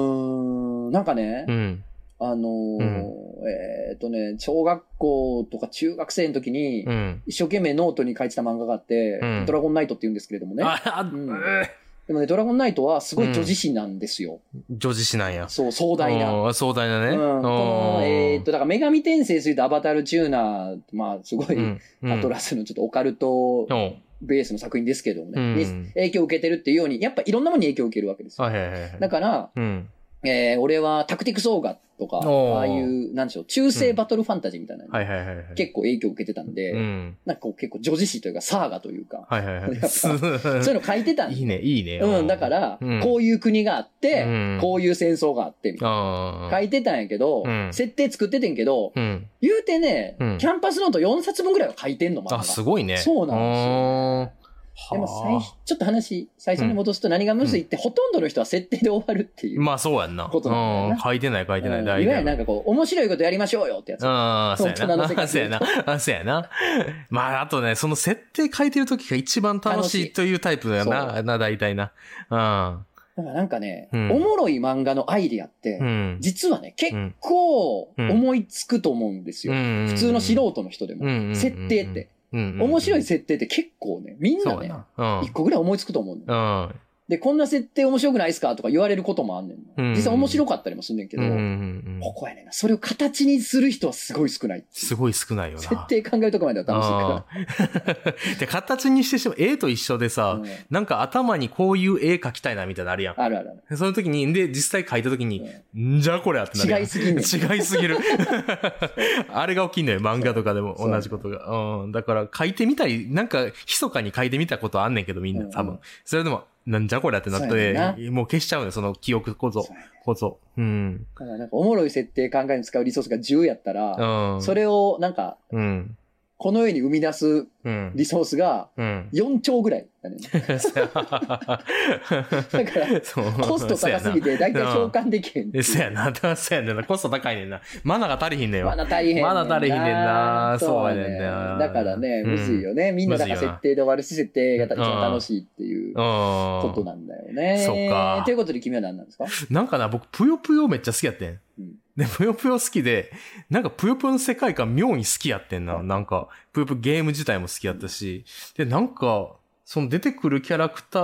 Speaker 1: ーん、なんかね
Speaker 2: うんう、ん。
Speaker 1: あのー、えーっとね、小学校とか中学生の時に
Speaker 2: う、ん。
Speaker 1: 一生懸命ノートに書いてた漫画があって
Speaker 2: うん、
Speaker 1: ドラゴンナイトって言うんですけれどもね。
Speaker 2: ああ、
Speaker 1: ん
Speaker 2: う
Speaker 1: でもね、ドラゴンナイトはすごい女子誌なんですよ。
Speaker 2: 女子しなんや。
Speaker 1: そう、壮大な。
Speaker 2: な。壮大なね。
Speaker 1: うん、この、えーっと、だから、女神転生するとアバタルチューナー、まあ、すごい、アト
Speaker 2: ス。
Speaker 1: ラスのちょっとオカルト
Speaker 2: うん
Speaker 1: ベースの作品ですけどもね、
Speaker 2: うん
Speaker 1: に影響を受けてるっていうように、やっぱいろんなものに影響を受けるわけですよ。
Speaker 2: はいはいはいはい。
Speaker 1: だから、
Speaker 2: うん。
Speaker 1: えー、俺はタクティクスオーガとか、
Speaker 2: おー
Speaker 1: ああいう、なんでしょう、中世バトルファンタジーみたいな、
Speaker 2: はいはいはいはい。
Speaker 1: 結構影響を受けてたんで、
Speaker 2: うん。
Speaker 1: なんかこう結構女子誌というか、サーガというか、
Speaker 2: はいはいは
Speaker 1: やっぱ
Speaker 2: い。す
Speaker 1: そういうの書いてたんで
Speaker 2: いいね、いいね。
Speaker 1: うん、だから、
Speaker 2: うん
Speaker 1: こういう国があって、
Speaker 2: うん
Speaker 1: こういう戦争があって、みたい
Speaker 2: あ
Speaker 1: な。
Speaker 2: あ。
Speaker 1: 書いてたんやけど、
Speaker 2: うん
Speaker 1: 設定作っててんけど、
Speaker 2: うん。
Speaker 1: 言うてね、
Speaker 2: うん
Speaker 1: キャンパスノート4冊分ぐらいは書いてんの、漫画
Speaker 2: あ、すごいね。
Speaker 1: そうなんです
Speaker 2: よ
Speaker 1: でも最初、ちょっと話、最初に戻すと何がむずいって、ほとんどの人は設定で終わるっていう。
Speaker 2: まあそうやんな。
Speaker 1: ことなんだよな
Speaker 2: うん。書いてない書いてない、
Speaker 1: うん
Speaker 2: 大
Speaker 1: い
Speaker 2: 丈
Speaker 1: わゆるなんか
Speaker 2: 夫。
Speaker 1: こう、面白いことやりましょうよってやつ。
Speaker 2: ああ、そうや
Speaker 1: 大人の世
Speaker 2: な。
Speaker 1: 界
Speaker 2: そうやな。あそうやな。まあ、あとね、その設定書いてる時が一番楽し
Speaker 1: 楽し
Speaker 2: い
Speaker 1: い
Speaker 2: というタイプだよ
Speaker 1: そ
Speaker 2: な、な、大体な。
Speaker 1: だからなんかね、
Speaker 2: うん
Speaker 1: おもろい漫画のアイディアって、
Speaker 2: うん。
Speaker 1: 実はね、結構
Speaker 2: うん
Speaker 1: 思いつくと思うんですよ。
Speaker 2: 普
Speaker 1: 普通の素人の人でも。
Speaker 2: 人
Speaker 1: 設定って。。面白い設定って結構ね、みんな
Speaker 2: そう
Speaker 1: ね、
Speaker 2: やな。
Speaker 1: 一個ぐらい思いつくと思うの
Speaker 2: う
Speaker 1: よ
Speaker 2: ん。うん。
Speaker 1: で、こんな設定面白くないですかとか言われることもあんね
Speaker 2: うん
Speaker 1: ん。実際面白かったりもすんねんけど
Speaker 2: うんう、んうん
Speaker 1: ここやねんな。それを形にする人はすごい少ない。
Speaker 2: すごい少ないよな。
Speaker 1: 設定考えるとこまでは楽しいか
Speaker 2: うん で、形にしてしまう。絵と一緒で
Speaker 1: ら。
Speaker 2: さ
Speaker 1: う、ん
Speaker 2: なんか頭にこういう絵描きたいなみたいなのあるやん。
Speaker 1: あるあるある
Speaker 2: でその時に、で、実際描いた時に、
Speaker 1: うん
Speaker 2: んじゃこりゃってなるやん。
Speaker 1: 違いすぎんねん
Speaker 2: 違い すぎる。あれが大きいんだよ。漫画とかでも同じことが。うん。だから、書いてみたり、なんか、密かに書いてみたことあんねんけど、みんな、多
Speaker 1: うんう
Speaker 2: 分
Speaker 1: ん。
Speaker 2: それでも、なんじゃこりゃってなっ
Speaker 1: そうや
Speaker 2: て
Speaker 1: ね、
Speaker 2: もう消しちゃうねその記憶こそ
Speaker 1: そうやね、
Speaker 2: こそ。うん。
Speaker 1: だからなんかおもろい設定考えに使うリソースが10やったら、
Speaker 2: うん。
Speaker 1: それをなんか、
Speaker 2: うん。
Speaker 1: この世に生み出す
Speaker 2: うん。
Speaker 1: リソースが
Speaker 2: うん。
Speaker 1: 4兆ぐらい だね。 だから、
Speaker 2: そう
Speaker 1: コスト高すぎて大体召喚できへんっていう。
Speaker 2: そやな。 そうやな。そうやねんな。コスト高いねんな。マナーが足りひんねんよ
Speaker 1: ま。だ足りへんねんな。
Speaker 2: まだ足りへんねんな
Speaker 1: そうや
Speaker 2: そうやねんな
Speaker 1: だからね、
Speaker 2: うん
Speaker 1: むずいよね。みんなだから
Speaker 2: むずいよな
Speaker 1: 設定で終わるし、設定が一番楽しいっていう
Speaker 2: う。
Speaker 1: うんことなんだよね。
Speaker 2: そうか
Speaker 1: ということで君は何なんですか
Speaker 2: なんかな、僕、ぷよぷよめっちゃ好きやってん。
Speaker 1: うん
Speaker 2: で、ぷよぷよ好きで、なんかぷよぷよの世界観妙に好きやってんな。
Speaker 1: うん
Speaker 2: なんか、ぷよぷよゲーム自体も好きやったし、で、なんか、その出てくるキャラクタ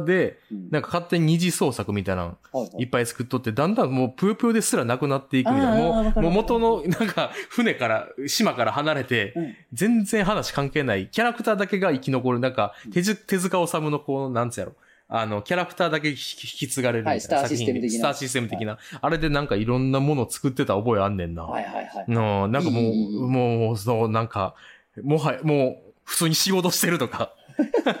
Speaker 2: ーで、
Speaker 1: うん
Speaker 2: なんか勝手に二次創作みたいなの
Speaker 1: はいはい
Speaker 2: いっぱい作っとって、だんだんもうぷよぷよですらなくなっていくみたいな。
Speaker 1: あー
Speaker 2: も
Speaker 1: わか
Speaker 2: う、
Speaker 1: る
Speaker 2: もう元の、なんか、船から、島から離れて、
Speaker 1: うん
Speaker 2: 全然話関係ない、キャラクターだけが生き残る、なんか、手じ手塚治虫のこう、なんつうやろ。あの、キャラクターだけ引き引き継がれるみたいな
Speaker 1: はいスターシステム的な
Speaker 2: 作品でスターシステム的な。あれでなんかいろんなものを作ってた覚えあんねんな。
Speaker 1: はいはいはい。
Speaker 2: のなんかもう、
Speaker 1: いいいいいい
Speaker 2: もう、もうそう、なんか、もはや、もう、普通に仕事してる とか。もう、フ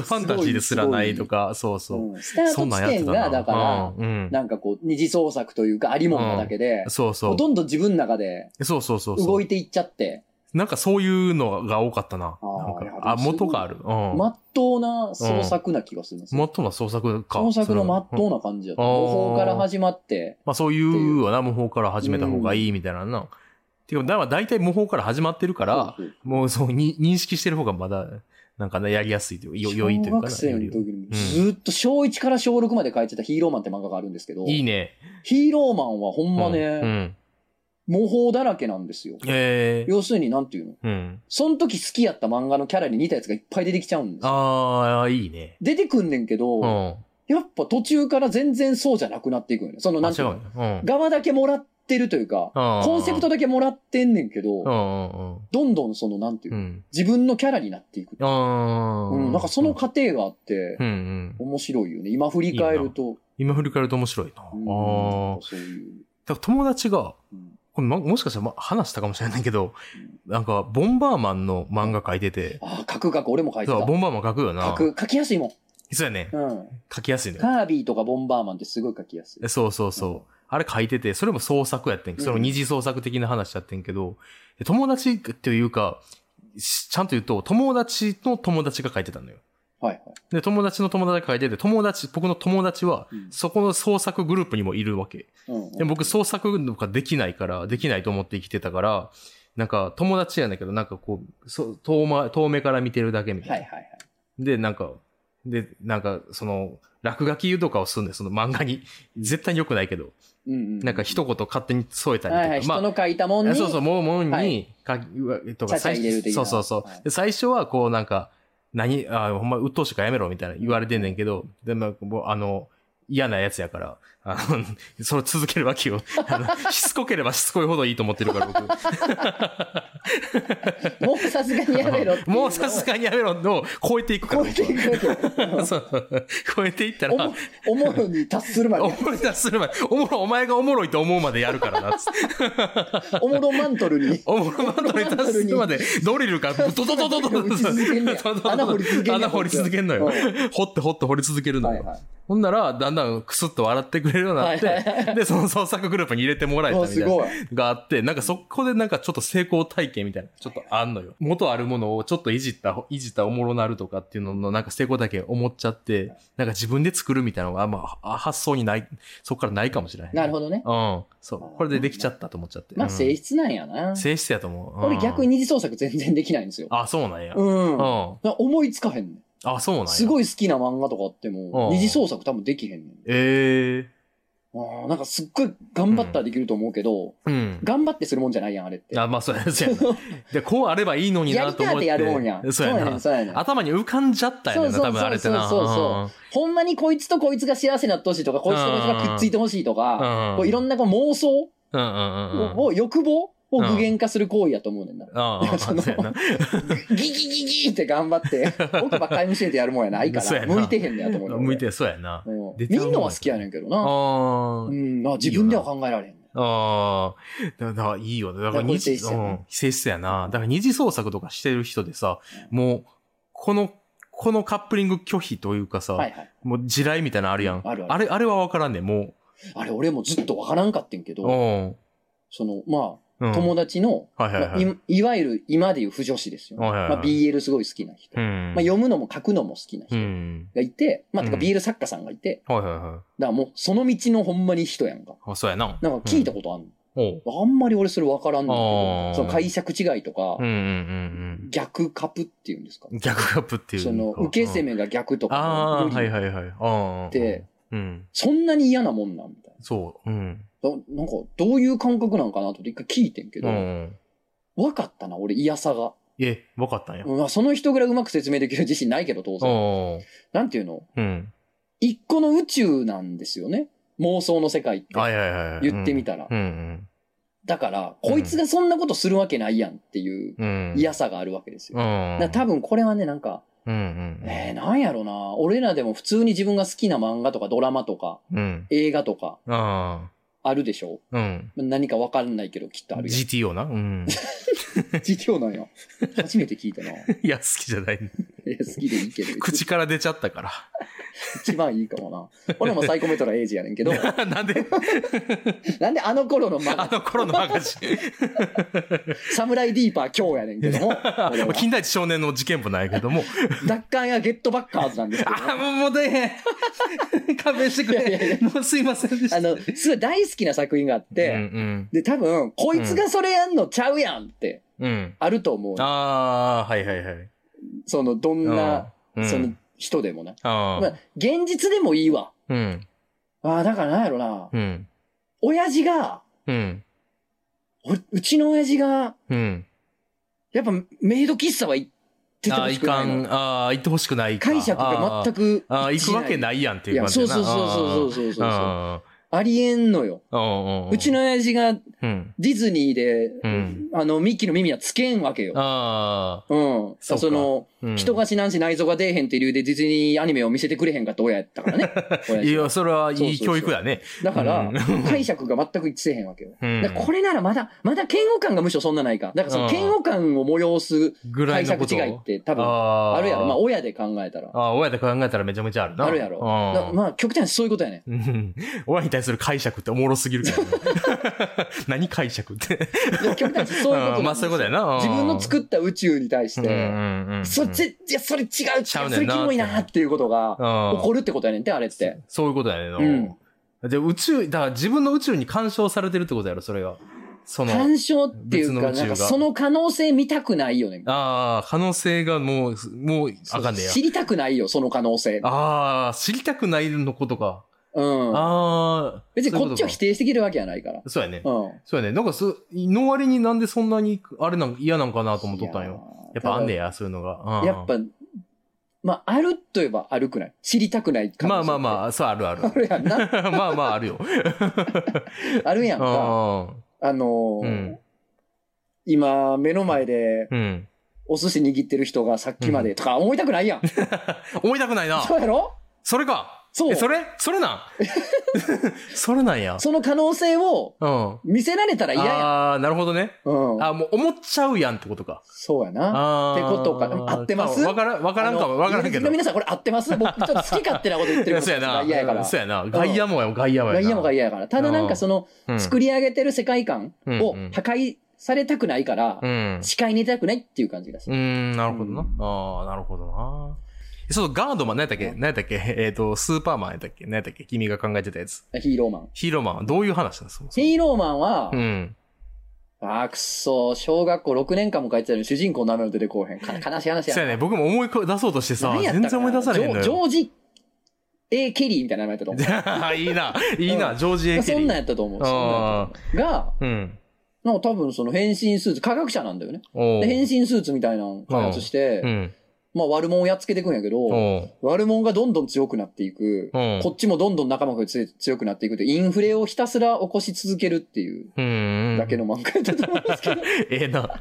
Speaker 2: ァンタジーですらないとか、そうそう。
Speaker 1: うんスター
Speaker 2: そ
Speaker 1: ト
Speaker 2: んなん
Speaker 1: 地
Speaker 2: やって
Speaker 1: 点
Speaker 2: た
Speaker 1: が、
Speaker 2: な。
Speaker 1: だから、
Speaker 2: うんうん
Speaker 1: なんかこう、二次創作というか、ありもんなだけで、
Speaker 2: そうそ
Speaker 1: ほ
Speaker 2: う。
Speaker 1: とんど自分の中で
Speaker 2: そうそうそうそう。
Speaker 1: 動いていっちゃって、
Speaker 2: なんかそういうのが多かったな。
Speaker 1: あー
Speaker 2: なん
Speaker 1: いやで
Speaker 2: かあ、
Speaker 1: もすごい
Speaker 2: 元がある。うん。
Speaker 1: まっとうな創作な気がするんですよ。
Speaker 2: もっとも創作か。
Speaker 1: 創作のまっ
Speaker 2: それ
Speaker 1: と
Speaker 2: は
Speaker 1: うな感じだった。
Speaker 2: うん
Speaker 1: 模倣から始まって、
Speaker 2: まあそういうよな、無法から始めた方がいいみたいなな。てか、だから大体無法から始まってるから、
Speaker 1: そうそう
Speaker 2: もうそうに認識してる方がまだ、なんかね、やりやすいというか、よ、良いというか
Speaker 1: 小
Speaker 2: な。
Speaker 1: 学生の時
Speaker 2: より
Speaker 1: にずーっと小1から小6まで書いてたヒーローマンって漫画があるんですけど、
Speaker 2: いいね。
Speaker 1: ヒーローマンはほんま
Speaker 2: うんう
Speaker 1: ね、
Speaker 2: ん。
Speaker 1: 模倣だらけなんですよ。
Speaker 2: ええ。
Speaker 1: 要するになんていうの
Speaker 2: うん。
Speaker 1: その時好きやった漫画のキャラに似たやつがいっぱい出てきちゃうんですよ。
Speaker 2: ああ、いいね。
Speaker 1: 出てくんねんけ
Speaker 2: うん。
Speaker 1: ど、
Speaker 2: あ
Speaker 1: やっぱ途中から全然そうじゃなくなっていくよね。そのなん
Speaker 2: 違
Speaker 1: ていう
Speaker 2: う
Speaker 1: の
Speaker 2: ね。うん。
Speaker 1: 側だけもらってるというか、コ
Speaker 2: コ
Speaker 1: ンセプトだけもらってんねんけ
Speaker 2: う
Speaker 1: ど、
Speaker 2: んうん
Speaker 1: どんどんそのなんていう
Speaker 2: うん。う
Speaker 1: の
Speaker 2: ん。
Speaker 1: 自分のキャラになっていく。
Speaker 2: あ
Speaker 1: う
Speaker 2: ー
Speaker 1: ん、なんかその過程があって
Speaker 2: うん、うん。
Speaker 1: 面白いよね。今振り返ると。
Speaker 2: 今振り返ると面白いな。ああ
Speaker 1: うん
Speaker 2: ー。
Speaker 1: そういう。
Speaker 2: だから友達が、
Speaker 1: うん
Speaker 2: これ、ま、もしかしたら、ま、話したかもしれないけど、なんか、ボンバーマンの漫画書いてて、
Speaker 1: ああ、書く書く、俺も書いて
Speaker 2: そう、ボ
Speaker 1: た。
Speaker 2: ンバーマン書くよな。
Speaker 1: 書く、書きやすいも
Speaker 2: そうやね
Speaker 1: ん。。うん。
Speaker 2: 書きやすいのよ。
Speaker 1: カービィとかボンバーマンってすごい書きやすい。
Speaker 2: そうそうそう。あれ書いてて、それも創作やってん。それも二次創作的な話やってんけど、で友達っていうか、しちゃんと言うと、友達の友達が書いてたのよ。
Speaker 1: はいはい。
Speaker 2: で、友達の友達が書いてて、友達、僕の友達は、
Speaker 1: うん
Speaker 2: そこの創作グループにもいるわけ。
Speaker 1: うん
Speaker 2: で僕創作とかできないから、できないと思って生きてたから、なんか友達やねんけど、なんかこう、そう遠ま遠目から見てるだけみたいな。
Speaker 1: はいはいはい。
Speaker 2: で、なんか、で、なんか、その、落書きとかをするんです、その漫画に。絶対良くないけど、
Speaker 1: うんうん。
Speaker 2: なんか一言勝手に添えたりとか。
Speaker 1: はいはい、
Speaker 2: まあ
Speaker 1: 人の書いたもんに。
Speaker 2: そうそう、もうもん
Speaker 1: は
Speaker 2: に、かと
Speaker 1: ち
Speaker 2: か、
Speaker 1: ゃちゃ入れる的な
Speaker 2: そうそうそう。
Speaker 1: はい
Speaker 2: で最初は、こうなんか、何、あ、ほんま、鬱陶しいからやめろ、みたいな言われてんねんけど、でも、もうあの、嫌なやつやから、 あの、それ続けるわけよ。あのしつこければしつこいほどいいと思ってるから、僕。
Speaker 1: もうさすがにやめろっていのを
Speaker 2: もうさすがにやめろのを超えていくから、
Speaker 1: 超えていくわけよ
Speaker 2: 僕はそう超えていった
Speaker 1: お
Speaker 2: ら
Speaker 1: も、おもろに達するま
Speaker 2: お
Speaker 1: で、
Speaker 2: もろいなするまで、おもろ、お前がおもろいと思うまでやるからな、つって
Speaker 1: おもろマントルに。
Speaker 2: おもろマントルに達するまで、ドリルから、ドドドドドド
Speaker 1: 打ち続けんねや
Speaker 2: ドドドド
Speaker 1: 穴掘り続けんねや
Speaker 2: 穴掘り続けんのよ
Speaker 1: うん。
Speaker 2: 掘って掘って掘り続けるの
Speaker 1: はい
Speaker 2: よ
Speaker 1: はい。
Speaker 2: ほんなら、だんだんクスッと笑ってくれるようになっ
Speaker 1: はいは
Speaker 2: て、で、その創作グループに入れてもらえたみたい
Speaker 1: おすご。
Speaker 2: ないがあって、なんかそこでなんかちょっと成功体験みたいな、ちょっとあんのよ。元あるものをちょっといじった、いじったおもろなるとかっていうののなんか成功体験思っちゃって、なんか自分で作るみたいなのが、あんまあ発想にない、そこからないかもしれない。
Speaker 1: なるほどね。
Speaker 2: うん。そう。これでできちゃったと思っちゃって。
Speaker 1: まあ
Speaker 2: うん
Speaker 1: 性質なんやな。
Speaker 2: 性質やと思う。うん
Speaker 1: 俺逆に二次創作全然できないんですよ。
Speaker 2: あ、そうなんや。
Speaker 1: うん。な
Speaker 2: うん。
Speaker 1: 思いつかへんねん。
Speaker 2: あ、そうなんや。
Speaker 1: す
Speaker 2: い。
Speaker 1: ごい好きな漫画とかあっても、
Speaker 2: うん
Speaker 1: 二次創作多分できへんねん。
Speaker 2: え
Speaker 1: あーなんかすっごい頑張ったらできると思うけど、
Speaker 2: えうん。
Speaker 1: 頑張ってするもんじゃないやん、あれって。
Speaker 2: あ、ま あ、そうや、そうやな。で、こうあればいいのに
Speaker 1: や
Speaker 2: な
Speaker 1: り
Speaker 2: と
Speaker 1: た
Speaker 2: 思
Speaker 1: いっ
Speaker 2: っ
Speaker 1: て
Speaker 2: て。
Speaker 1: やるもんやん。
Speaker 2: そ
Speaker 1: そうう
Speaker 2: や
Speaker 1: やね
Speaker 2: な。
Speaker 1: ん、そうやねん。
Speaker 2: 頭に浮かんじゃったやねん
Speaker 1: そ
Speaker 2: な、
Speaker 1: うそう
Speaker 2: 多分あれってな。
Speaker 1: そうそうそうほんまにこいつとこいつが幸せになってほしいとか、こいつとこいつがくっついてほしいと
Speaker 2: う
Speaker 1: か、
Speaker 2: んうん。
Speaker 1: こういろん
Speaker 2: な。
Speaker 1: なこう妄想を、
Speaker 2: うんうんうんうん。
Speaker 1: を欲望を具現化する行為やと思うねんな。
Speaker 2: あ
Speaker 1: い
Speaker 2: あ、
Speaker 1: やその
Speaker 2: そうやな。
Speaker 1: ギギギギって頑張 って、奥ばっかり見せてやるもんやないか
Speaker 2: そうや
Speaker 1: ら、
Speaker 2: な
Speaker 1: 向いてへんねやと思うねん俺
Speaker 2: 向いて、そうやな。
Speaker 1: うん
Speaker 2: 出ち
Speaker 1: 見
Speaker 2: ゃうもん
Speaker 1: んのは好きやねんけどな。
Speaker 2: ああ
Speaker 1: う。ん、あ自分では考えられへん。
Speaker 2: ああ、だだからいいよね。だから二次、
Speaker 1: だからこれ性質やな
Speaker 2: うん性質やな。だから二次創作とかしてる人でさ、もう、この、このカップリング拒否というかさ、
Speaker 1: はいはい。
Speaker 2: もう地雷みたいなのあるやん。
Speaker 1: あるある
Speaker 2: あれ、あれはわからんねん、も
Speaker 1: あれ、俺もずっとわからんかってんけ
Speaker 2: う。
Speaker 1: ど、
Speaker 2: ん。
Speaker 1: その、ま
Speaker 2: うん
Speaker 1: あ、友達の、
Speaker 2: はいは
Speaker 1: ま
Speaker 2: いは
Speaker 1: あ
Speaker 2: い。
Speaker 1: いいわゆる今でいう不女子ですよ。
Speaker 2: はいはいはい
Speaker 1: まあ、BL すごい好きな人。
Speaker 2: う
Speaker 1: ま
Speaker 2: ん。
Speaker 1: あ、読むのも書くのも好きな
Speaker 2: う
Speaker 1: 人
Speaker 2: ん。
Speaker 1: がいて、まあ、てか
Speaker 2: うん
Speaker 1: BL 作家さんがいて、
Speaker 2: はいはい
Speaker 1: だ
Speaker 2: は
Speaker 1: からもうその道のほんまに人やんか。
Speaker 2: い。あ、そうやな。
Speaker 1: なんか聞いたことあん
Speaker 2: うんおう
Speaker 1: の、あんまり俺それわからんねんけ
Speaker 2: あー
Speaker 1: ど、その解釈違いとか
Speaker 2: うん、うんうん
Speaker 1: 逆カプっていうんですか
Speaker 2: うん。逆カップっていうか。
Speaker 1: その、受け攻
Speaker 2: め
Speaker 1: めが逆と
Speaker 2: あ
Speaker 1: か
Speaker 2: あ、
Speaker 1: 無
Speaker 2: はい
Speaker 1: 理、
Speaker 2: はいはい。ああ。
Speaker 1: で、
Speaker 2: うん。
Speaker 1: そんなに嫌なもんなんみたいな。
Speaker 2: そう。うん。
Speaker 1: だなんか、どういう感覚なんかなと思って一回聞いてんけ
Speaker 2: う
Speaker 1: ど、
Speaker 2: ん。
Speaker 1: 分かったな、俺嫌さが。
Speaker 2: え、わかったんや。
Speaker 1: うんまあその人ぐらいうまく説明できる自信ないけど、当然。
Speaker 2: おう
Speaker 1: なんていうの
Speaker 2: うん。
Speaker 1: 一個の宇宙なんですよね。妄想の世界って。
Speaker 2: はいはいはいはい。
Speaker 1: 言ってみたら
Speaker 2: うんうん
Speaker 1: だから、
Speaker 2: うん
Speaker 1: こいつがそんなことするわけないやんっていう
Speaker 2: うん。うん。
Speaker 1: 嫌さがあるわけですよ。
Speaker 2: う
Speaker 1: だ
Speaker 2: ん。
Speaker 1: から多分これはね、なんか、
Speaker 2: うんうんうん。
Speaker 1: えー、なんやろな。俺らでも普通に自分が好きな漫画とかドラマとか
Speaker 2: うん。
Speaker 1: 映画とか
Speaker 2: あ
Speaker 1: あるでしょ
Speaker 2: あ。うん。
Speaker 1: 何かわかんないけどきっとあるやん。
Speaker 2: GTO な。 うん。
Speaker 1: GTO なんや。初めて聞いたな。い
Speaker 2: いや、好きじゃない。
Speaker 1: や好きでいいけど。
Speaker 2: 口から出ちゃったから。
Speaker 1: 一番いいかもな。俺もサイコメトラエイジやねんけど、
Speaker 2: ななんで、
Speaker 1: なんであの頃の漫
Speaker 2: あ
Speaker 1: 画、
Speaker 2: の頃のマガジン。
Speaker 1: サムライディーパー今日やねんけども、俺は
Speaker 2: 金田一少年の事件簿ないけども。
Speaker 1: 奪還やゲットバッカーズなんですけどね、
Speaker 2: あ、もう、もう出えへん。 勘弁してく
Speaker 1: いやいや
Speaker 2: れ。もうすいませんでした。
Speaker 1: あの、すごい大好きな作品があっ
Speaker 2: うん
Speaker 1: て、で、多分、こいつがそれやんのちゃうやんって、
Speaker 2: うん。うん。
Speaker 1: あると思う。
Speaker 2: ああ、はいはいはい。
Speaker 1: その、どんな、
Speaker 2: うん、
Speaker 1: その、人でもな。
Speaker 2: あ
Speaker 1: まあ
Speaker 2: あ、、
Speaker 1: 現実でもいいわ。
Speaker 2: うん。
Speaker 1: ああ、だからなんやろな。
Speaker 2: うん。
Speaker 1: 親父が、
Speaker 2: うん。
Speaker 1: おうちの親父が、
Speaker 2: うん。
Speaker 1: やっぱメイド喫茶は行ってて
Speaker 2: ああ、
Speaker 1: ほし
Speaker 2: い
Speaker 1: くな
Speaker 2: か
Speaker 1: いの
Speaker 2: ん。ああ、行ってほしくないか。
Speaker 1: 解釈が全
Speaker 2: く。
Speaker 1: く。
Speaker 2: ああ、行くわけないいやんって
Speaker 1: い
Speaker 2: いう
Speaker 1: や、
Speaker 2: 感じ
Speaker 1: そう
Speaker 2: やな
Speaker 1: そうそうそうそうそうそう。
Speaker 2: あ
Speaker 1: ありえんのよ。
Speaker 2: あああ
Speaker 1: うちの親父がデ
Speaker 2: うん。
Speaker 1: ィズニーで、
Speaker 2: うん
Speaker 1: あの、ミッキーの耳はつけんわけよ。
Speaker 2: あ
Speaker 1: うん。
Speaker 2: そう
Speaker 1: そ
Speaker 2: か
Speaker 1: の、
Speaker 2: あ。
Speaker 1: 人
Speaker 2: が。
Speaker 1: が死なんし内臓が出えへんっていう理由でディズニーアニメを見せてくれへんかった親やった からね。親
Speaker 2: い
Speaker 1: 父
Speaker 2: や、それは
Speaker 1: そう
Speaker 2: い
Speaker 1: そうそ
Speaker 2: い
Speaker 1: う
Speaker 2: 教育だね。
Speaker 1: だから
Speaker 2: う、
Speaker 1: 解釈が全く一致せえへんわけよ。
Speaker 2: うん
Speaker 1: だからこれならまだ、まだ嫌悪感がむしろそんなないか。だからその嫌悪感を催す
Speaker 2: ぐらい
Speaker 1: 解
Speaker 2: のこ
Speaker 1: 釈
Speaker 2: と
Speaker 1: 違いって多分
Speaker 2: あ
Speaker 1: あるやろ。まあ
Speaker 2: あ
Speaker 1: 親で考えたら。
Speaker 2: あ、親で考えたらめちゃめちゃあるな。
Speaker 1: あるやろ。だ
Speaker 2: あ
Speaker 1: まあ極端にそういうことやね。
Speaker 2: うん。 親に対する解釈っておもろすぎるからね。 何解釈って。
Speaker 1: いや極端にそういうことなんです
Speaker 2: あ
Speaker 1: よ
Speaker 2: まあ そういうことやな。
Speaker 1: 自分の作
Speaker 2: っ
Speaker 1: った宇宙に対して、
Speaker 2: て
Speaker 1: そっち、いや、それ違う、違う、
Speaker 2: ちゃう
Speaker 1: そ
Speaker 2: ねん
Speaker 1: れ
Speaker 2: な
Speaker 1: キモいなっていうことが起こるってことやねんって、あれって。
Speaker 2: そういうことやねな
Speaker 1: うん。
Speaker 2: で、宇宙、だから自分の宇宙に干渉されてるってことやろ、それが。その、
Speaker 1: 干渉っていうか、
Speaker 2: 別の宇宙
Speaker 1: なんか
Speaker 2: が
Speaker 1: その可能性見たくないよね。
Speaker 2: ああ、可能性がもう、もう、あかんねや
Speaker 1: 知。りたくないよ、その可能性。
Speaker 2: ああ、知りたくないのことか。
Speaker 1: うん。
Speaker 2: ああ。
Speaker 1: 別にこっちを
Speaker 2: そういう
Speaker 1: 否定してきるわけやないから。
Speaker 2: とかそうやね。
Speaker 1: うん。
Speaker 2: そうやね。なんかす、の割になんでそんなに、あれなん、嫌なんかなと思っとったんよ。
Speaker 1: い
Speaker 2: やっぱあんねや、そういうのが。
Speaker 1: や。やっぱ、まあ、あるといえばあるくない知りたくない
Speaker 2: まあまあま
Speaker 1: あ。
Speaker 2: あ、そうある ある
Speaker 1: あ。るやんな。
Speaker 2: まあまああるよ。
Speaker 1: あるやんか。
Speaker 2: う
Speaker 1: あのー
Speaker 2: うん
Speaker 1: 今、目の前で
Speaker 2: ん。うん。
Speaker 1: お寿司握ってる人がさっきまでとか思いたくない やん。
Speaker 2: 思いたくないな。
Speaker 1: そうやろ
Speaker 2: それか。
Speaker 1: そう
Speaker 2: えそれそれなん それなんや。
Speaker 1: その可能性を
Speaker 2: うん。
Speaker 1: 見せられたら嫌やん。
Speaker 2: ああ、なるほどね。
Speaker 1: うん。
Speaker 2: あもう思っちゃうやんってことか。
Speaker 1: そうやな。
Speaker 2: あー
Speaker 1: ってことか合ってます
Speaker 2: わからん、わからんかも、わからんけど。
Speaker 1: あの皆さんこれ合って ます僕ちょっと好き勝手なこと言ってるこ
Speaker 2: そ
Speaker 1: と
Speaker 2: うやな。
Speaker 1: 嫌やから。
Speaker 2: そうやな。外野もやも、外野もやな。
Speaker 1: いやもが嫌やから。ただなんかその、
Speaker 2: うん
Speaker 1: 作り上げてる世界観
Speaker 2: うん
Speaker 1: を破壊されたくないから
Speaker 2: う、ん。
Speaker 1: 視界に出たくないっていう感じがす
Speaker 2: う
Speaker 1: る。
Speaker 2: ーん、なるほどな。
Speaker 1: うん
Speaker 2: ああ、なるほどな。そう、ガードマン、何やったっけ
Speaker 1: うん
Speaker 2: 何やったっけえっ、と、スーパーマンやったっけ何やったっけ君が考えてたやつ。
Speaker 1: ヒーローマン。
Speaker 2: ヒーローマンはどういう話なんですか
Speaker 1: ヒーローマンは
Speaker 2: う、ん。
Speaker 1: あーくっそー、小学校6年間も書いてたのに主人公の名前も出てこうへん。か悲しい話や
Speaker 2: そうや
Speaker 1: な。
Speaker 2: ね、僕も思い出そうとしてさ
Speaker 1: 何、やったか
Speaker 2: 全
Speaker 1: な
Speaker 2: 然思い出されへんの
Speaker 1: ジョ
Speaker 2: よ。
Speaker 1: ージジョージ A. ケリーみたいな名前だったと思
Speaker 2: いいな、いいな、
Speaker 1: うん
Speaker 2: ジョージ・
Speaker 1: う。
Speaker 2: エケ
Speaker 1: そ
Speaker 2: リ
Speaker 1: んなん
Speaker 2: ー。
Speaker 1: やったと思う。
Speaker 2: あー
Speaker 1: そんなんやったと思うが、
Speaker 2: うん。
Speaker 1: なんか多分その変身スーツ、科学者なんだよね。
Speaker 2: お
Speaker 1: で変
Speaker 2: う
Speaker 1: 身スーツみたいなの開発して、
Speaker 2: うん。
Speaker 1: まあ悪者をやっつけていくんやけど、
Speaker 2: おう
Speaker 1: 悪者がどんどん強くなっていく、
Speaker 2: うん
Speaker 1: こっちもどんどん仲間がつ強くなっていくって、インフレをひたすら起こし続けるっていう
Speaker 2: うん。
Speaker 1: だけの漫画だと思うんですけど、
Speaker 2: ええな。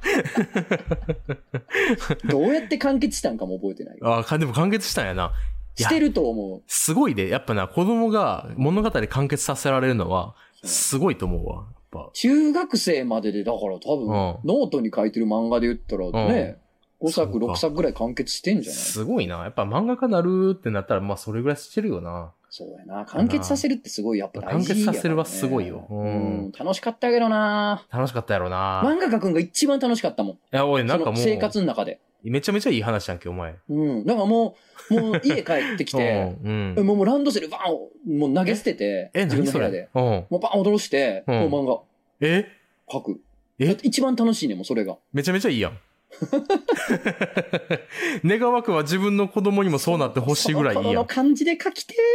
Speaker 1: どうやって完結したんかも覚えてない。
Speaker 2: ああ、かでも完結したんやな。い
Speaker 1: し
Speaker 2: や
Speaker 1: てると思う。
Speaker 2: すごいで、やっぱな、子供が物語完結させられるのは、すごいと思うわ。やっ
Speaker 1: 中学生までで、だから多分、
Speaker 2: うん
Speaker 1: ノートに書いてる漫画で言ったらね、5作、
Speaker 2: そうか
Speaker 1: 6作ぐらい完結してん
Speaker 2: ぱ、
Speaker 1: じゃない
Speaker 2: すごいな。やっぱ漫画家なるってなったら、まあそれぐらいしてるよな。
Speaker 1: そうやな。完結させるってすごい、やっぱ大事やからね
Speaker 2: 完結させるはすごいよう
Speaker 1: うんん。楽しかったけどな
Speaker 2: 楽しかったやろな。
Speaker 1: 漫画家くんが一番楽しかったもん。
Speaker 2: いや、俺な
Speaker 1: そ
Speaker 2: んか
Speaker 1: の
Speaker 2: も
Speaker 1: 生
Speaker 2: う、
Speaker 1: 活の中で。
Speaker 2: めちゃめちゃいい話やんけ、お前。
Speaker 1: うん。だからもう、もう家帰ってきて、
Speaker 2: うん。うん
Speaker 1: もうもうランドセルバーンもう投げ捨てて、
Speaker 2: え、
Speaker 1: 自分の
Speaker 2: 何そ
Speaker 1: 部
Speaker 2: れ
Speaker 1: 屋で。
Speaker 2: うん。
Speaker 1: もうバーン驚して、
Speaker 2: うん
Speaker 1: もう漫画
Speaker 2: え
Speaker 1: 書く。
Speaker 2: え
Speaker 1: だって一番楽しいねんもうそれが。
Speaker 2: めちゃめちゃいいやん。 願わくは自分の子供にもそうなってほしいぐらい い
Speaker 1: その頃
Speaker 2: いや
Speaker 1: の
Speaker 2: ん。
Speaker 1: 感じで書きて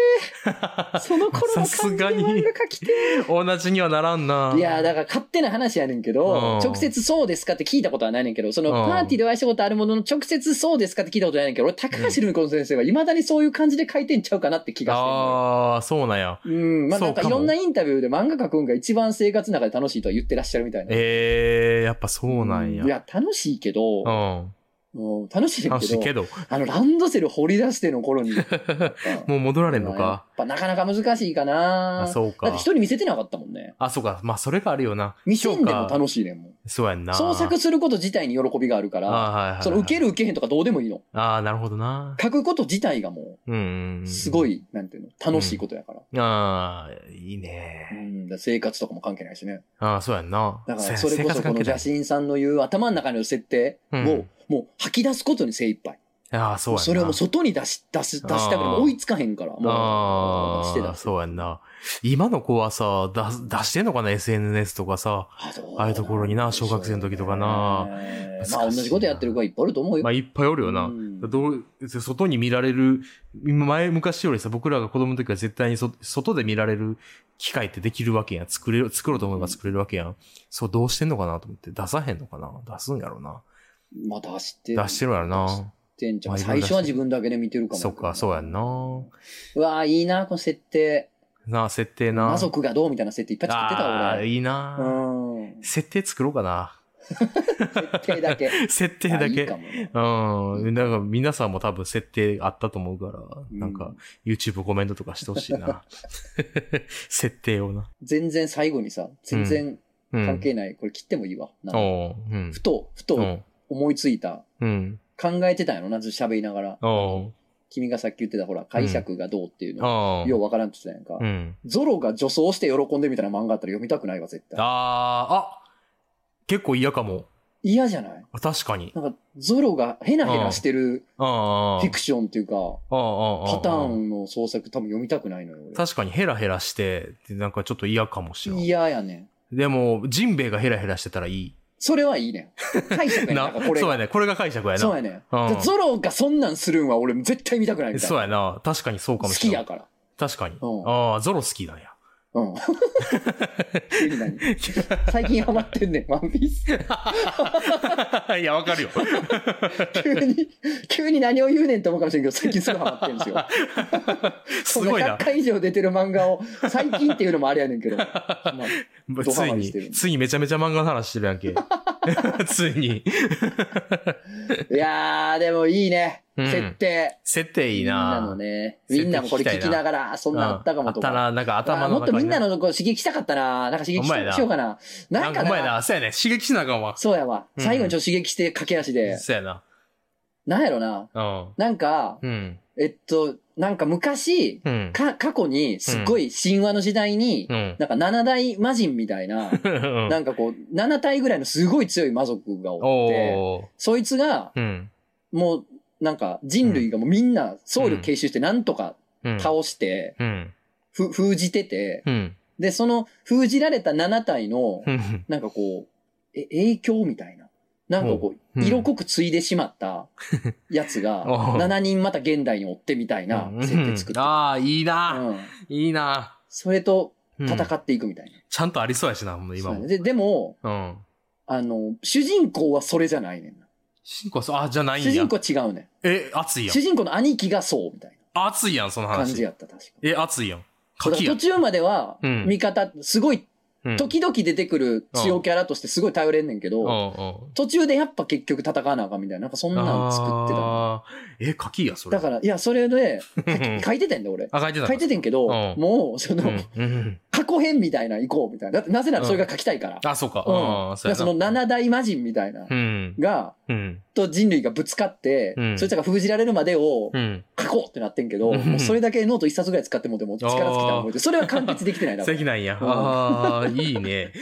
Speaker 1: ーその頃の感
Speaker 2: さす
Speaker 1: じで
Speaker 2: がに
Speaker 1: 漫画書きて
Speaker 2: 同じにはならんな
Speaker 1: ー。いやーだから勝手な話やねんけ
Speaker 2: うん
Speaker 1: ど、直接そうですかって聞いたことはないねんけど、その
Speaker 2: うん
Speaker 1: パーティーでお会いしたことあるものの直接そうですかって聞いたことないねんけど、俺高橋留美子の先生はいまだにそういう感じで書いてんちゃうかなって気がしてんのよ
Speaker 2: ああ、そうなんや。
Speaker 1: うん、まあ
Speaker 2: そ
Speaker 1: な
Speaker 2: うんか
Speaker 1: か
Speaker 2: も
Speaker 1: いろんなインタビューで漫画書くんが一番生活の中で楽しいとは言ってらっしゃるみたいな。
Speaker 2: ええやっぱそうなんや。
Speaker 1: いや、楽しいけど、
Speaker 2: うん。
Speaker 1: うん楽しいけど
Speaker 2: 楽しいけど、
Speaker 1: あの、ランドセル掘り出しての頃に。やっぱ
Speaker 2: もう戻られんのか。
Speaker 1: やっぱなかなか難しいかな
Speaker 2: あ、そう
Speaker 1: だって
Speaker 2: か。
Speaker 1: 人に見せてなかったもんね。
Speaker 2: あ、そうか。まあ、それがあるよな。
Speaker 1: 見せんでも
Speaker 2: 評価
Speaker 1: 楽しいねんもん。
Speaker 2: そうやんな。
Speaker 1: 創作すること自体に喜びがあるか
Speaker 2: あー
Speaker 1: ら、
Speaker 2: はいはいはい。
Speaker 1: その受ける受けへんとかどうでもいいの。
Speaker 2: ああ、なるほどな。
Speaker 1: 書くこと自体がも
Speaker 2: うんうんうん。
Speaker 1: う、すご
Speaker 2: い。
Speaker 1: い、なんていうの、楽しいことやから。
Speaker 2: ああ、いいうね。
Speaker 1: ん、だから生活とかも関係ないしね。
Speaker 2: ああ、そうやんな。
Speaker 1: だか
Speaker 2: そう
Speaker 1: ら
Speaker 2: や
Speaker 1: それこ
Speaker 2: 生活
Speaker 1: そこ
Speaker 2: 関
Speaker 1: の
Speaker 2: 係ない
Speaker 1: 邪神さんの言う頭の中の設定を、
Speaker 2: うん
Speaker 1: もう吐き出すことに精一杯。
Speaker 2: ああ、そうやんな。
Speaker 1: それをもう外に出し、出し、出したくて
Speaker 2: あー
Speaker 1: も追いつかへんから、も
Speaker 2: あ
Speaker 1: う、
Speaker 2: あ
Speaker 1: 出して出して。
Speaker 2: そうやんな。今の子はさ、出す出してんのかな ?SNS とかさ。
Speaker 1: あそう
Speaker 2: ああいうところにな小学生の時とかな
Speaker 1: ね
Speaker 2: 難しいな
Speaker 1: まあ同じことやってる子はいっぱいいると思うよ。
Speaker 2: まあ、いっぱいおるよな。
Speaker 1: うん
Speaker 2: どう外に見られる、前、昔よりさ、僕らが子供の時は絶対にそ外で見られる機会ってできるわけやん。作れる、作ろうと思えば作れるわけやん。そう、どうしてんのかなと思って。出さへんのかな出すんやろな。
Speaker 1: まあ出してる。
Speaker 2: 出してるやろ
Speaker 1: 出し
Speaker 2: な。
Speaker 1: てんじゃ
Speaker 2: まあ
Speaker 1: ん。
Speaker 2: いろ
Speaker 1: 最
Speaker 2: いろ出し
Speaker 1: 初
Speaker 2: てる
Speaker 1: は自分だけで見てるかも。
Speaker 2: そっか、そうやんな。
Speaker 1: うわあ、いいな、この設定。
Speaker 2: なあ、設定な。
Speaker 1: 魔族がどうみたいな設定いっぱい作ってた
Speaker 2: ああ、
Speaker 1: 俺。
Speaker 2: いいな、
Speaker 1: うん。
Speaker 2: 設定作ろうかな。
Speaker 1: 設定だけ。
Speaker 2: 設定だ
Speaker 1: あい
Speaker 2: け。
Speaker 1: いかもね
Speaker 2: うん。なんか皆さんも多分設定あったと思うから、
Speaker 1: うん
Speaker 2: なんか YouTube コメントとかしてほしいな。 設定をな。
Speaker 1: 全然最後にさ、全然
Speaker 2: うん。
Speaker 1: 関係ない。これ切ってもいいわ。なんか
Speaker 2: おううん
Speaker 1: ふ。と、ふと思いついた。
Speaker 2: うん。うん。
Speaker 1: 考えてたんやろな、ずっと喋りながら。
Speaker 2: おう
Speaker 1: 君がさっき言ってたほら、解釈がどうっていうの。
Speaker 2: おう
Speaker 1: ようわからんって言ってたやんか。
Speaker 2: うん。
Speaker 1: ゾロが女装して喜んでみたいな漫画あったら読みたくないわ、絶
Speaker 2: あー
Speaker 1: 対。
Speaker 2: あ、結構嫌かも。
Speaker 1: 嫌じゃない
Speaker 2: 確かに。
Speaker 1: なんか、ゾロがヘナヘナしてる
Speaker 2: ああ。
Speaker 1: フィクションっていうか、
Speaker 2: ああ。
Speaker 1: パター
Speaker 2: ン。
Speaker 1: ンの創作多分読みたくないのよ、
Speaker 2: 確かにヘラヘラして、なんかちょっと嫌かもしれ
Speaker 1: 俺。
Speaker 2: ん。
Speaker 1: 嫌やねん。
Speaker 2: でも、ジンベエがヘラヘラしてたらいい。
Speaker 1: それはいいねん。解釈やねん。な
Speaker 2: なん
Speaker 1: かこ、れ
Speaker 2: そうやね。これが解釈やな。
Speaker 1: そうやねん。
Speaker 2: うん
Speaker 1: じゃゾロがそんなんするんは俺絶対見たくないみたい
Speaker 2: そう
Speaker 1: な。
Speaker 2: やな。確かにそうか
Speaker 1: 好
Speaker 2: もし
Speaker 1: き
Speaker 2: れな
Speaker 1: や
Speaker 2: い。
Speaker 1: から。
Speaker 2: 確かに。
Speaker 1: うん
Speaker 2: ああ、ゾロ好きなんや。
Speaker 1: うん。急に何最近ハマってんね ん、ワンピース。
Speaker 2: いや、わかるよ。
Speaker 1: 急に、急に何を言うねんって思うかもしれんけど、最近すぐハマってるんです よ。
Speaker 2: すごい
Speaker 1: そん
Speaker 2: な
Speaker 1: 100。回以上出てる漫画を、最近っていうのもあれやねんけど。 まあド
Speaker 2: つ
Speaker 1: ハ
Speaker 2: い
Speaker 1: マりしてる
Speaker 2: に、ついにめちゃめちゃ漫画の話してるやんけ。 ついに。
Speaker 1: いやー、でもいいね。
Speaker 2: うん
Speaker 1: 設定。
Speaker 2: 設定いいな
Speaker 1: みんなのね。みんなもこれ聞きながら、そんなあったかもと
Speaker 2: うんあった
Speaker 1: か。
Speaker 2: な、なんか
Speaker 1: あ
Speaker 2: 頭
Speaker 1: ー
Speaker 2: の
Speaker 1: もっ
Speaker 2: 中
Speaker 1: と
Speaker 2: に
Speaker 1: みんなのこう刺激したかったな。なんか刺激
Speaker 2: ほんまやな
Speaker 1: ししようかな。な
Speaker 2: なんんか
Speaker 1: か
Speaker 2: お前
Speaker 1: な。
Speaker 2: な、そうやね。刺激しなあかんわ。
Speaker 1: そうやわ。
Speaker 2: うん
Speaker 1: 最後にちょっと刺激して駆け足で。
Speaker 2: そうやな。
Speaker 1: なんやろな。
Speaker 2: うん。
Speaker 1: なんか、
Speaker 2: うん。
Speaker 1: えっと、なんか昔、
Speaker 2: うん。
Speaker 1: か、過去に、すっごい神話の時代に
Speaker 2: う、ん。
Speaker 1: なんか七大魔人みたいな、なんかこう、7体ぐらいのすごい強い魔族がおって、
Speaker 2: おー。
Speaker 1: そいつが、
Speaker 2: うん。
Speaker 1: もう、なんか人類がもうみんな僧侶結集してなんとか
Speaker 2: うん。
Speaker 1: 倒して、
Speaker 2: うん。
Speaker 1: ふ封じてて、
Speaker 2: うん。
Speaker 1: で、その封じられた7体の、
Speaker 2: うん。
Speaker 1: なんかこう、え、影響みたいな。なんかこ
Speaker 2: うん
Speaker 1: う、色濃く継いでしまった やつが、
Speaker 2: おう
Speaker 1: 7人また現代に追ってみたいな設定作って。
Speaker 2: ああ、いいうな。
Speaker 1: ん。
Speaker 2: いいな。
Speaker 1: それと
Speaker 2: うん
Speaker 1: 戦っていくみたいな。
Speaker 2: ちゃんとありそうやしな、ほんで今
Speaker 1: そう
Speaker 2: も。
Speaker 1: ねででも、
Speaker 2: うん。
Speaker 1: あの、主人公はそれじゃないねんな。
Speaker 2: 主人公はそう、あ、じゃないん
Speaker 1: 主
Speaker 2: や。
Speaker 1: 人公は違うね
Speaker 2: え、熱い
Speaker 1: ん。
Speaker 2: やん
Speaker 1: 主。人公の兄貴がそうみたい
Speaker 2: 熱いやん、その
Speaker 1: な感じ
Speaker 2: 話。
Speaker 1: やった、確か。
Speaker 2: え、熱いやん。
Speaker 1: だ
Speaker 2: 書
Speaker 1: から
Speaker 2: きや
Speaker 1: 途
Speaker 2: ん。
Speaker 1: 中までは、
Speaker 2: うん
Speaker 1: 味方、すごい、
Speaker 2: うん
Speaker 1: 時々出てくる強キャラとしてすごい頼れんねんけ
Speaker 2: うんう
Speaker 1: ど、
Speaker 2: ん。
Speaker 1: 途中でやっぱ結局戦わなあかんみたいな、なんかそんなの作ってたの。
Speaker 2: あーえ、書きや、それ。
Speaker 1: だから、いや、それで、
Speaker 2: うん
Speaker 1: 書いてたんだよ、俺。
Speaker 2: あ、書いてた
Speaker 1: 書いて
Speaker 2: た
Speaker 1: てんけど、
Speaker 2: うん
Speaker 1: もう、その、
Speaker 2: うんうん。
Speaker 1: 過去編みたいな行こうみたいな。だって、なぜならそれが書きたいから。
Speaker 2: あ、そうか。
Speaker 1: うん。
Speaker 2: うん。
Speaker 1: だからその七大魔人みたいな、
Speaker 2: うん。
Speaker 1: が、
Speaker 2: うん。
Speaker 1: と人類がぶつかって、
Speaker 2: うん
Speaker 1: そいつらが封じられるまでを
Speaker 2: うん。
Speaker 1: 書こうってなってんけど、
Speaker 2: うん
Speaker 1: もうそれだけノート一冊ぐらい使ってもでも力尽きた思いで、それは完結できてないだ
Speaker 2: 素
Speaker 1: ろ。
Speaker 2: 敵なんや。
Speaker 1: うん
Speaker 2: ああ、いいね。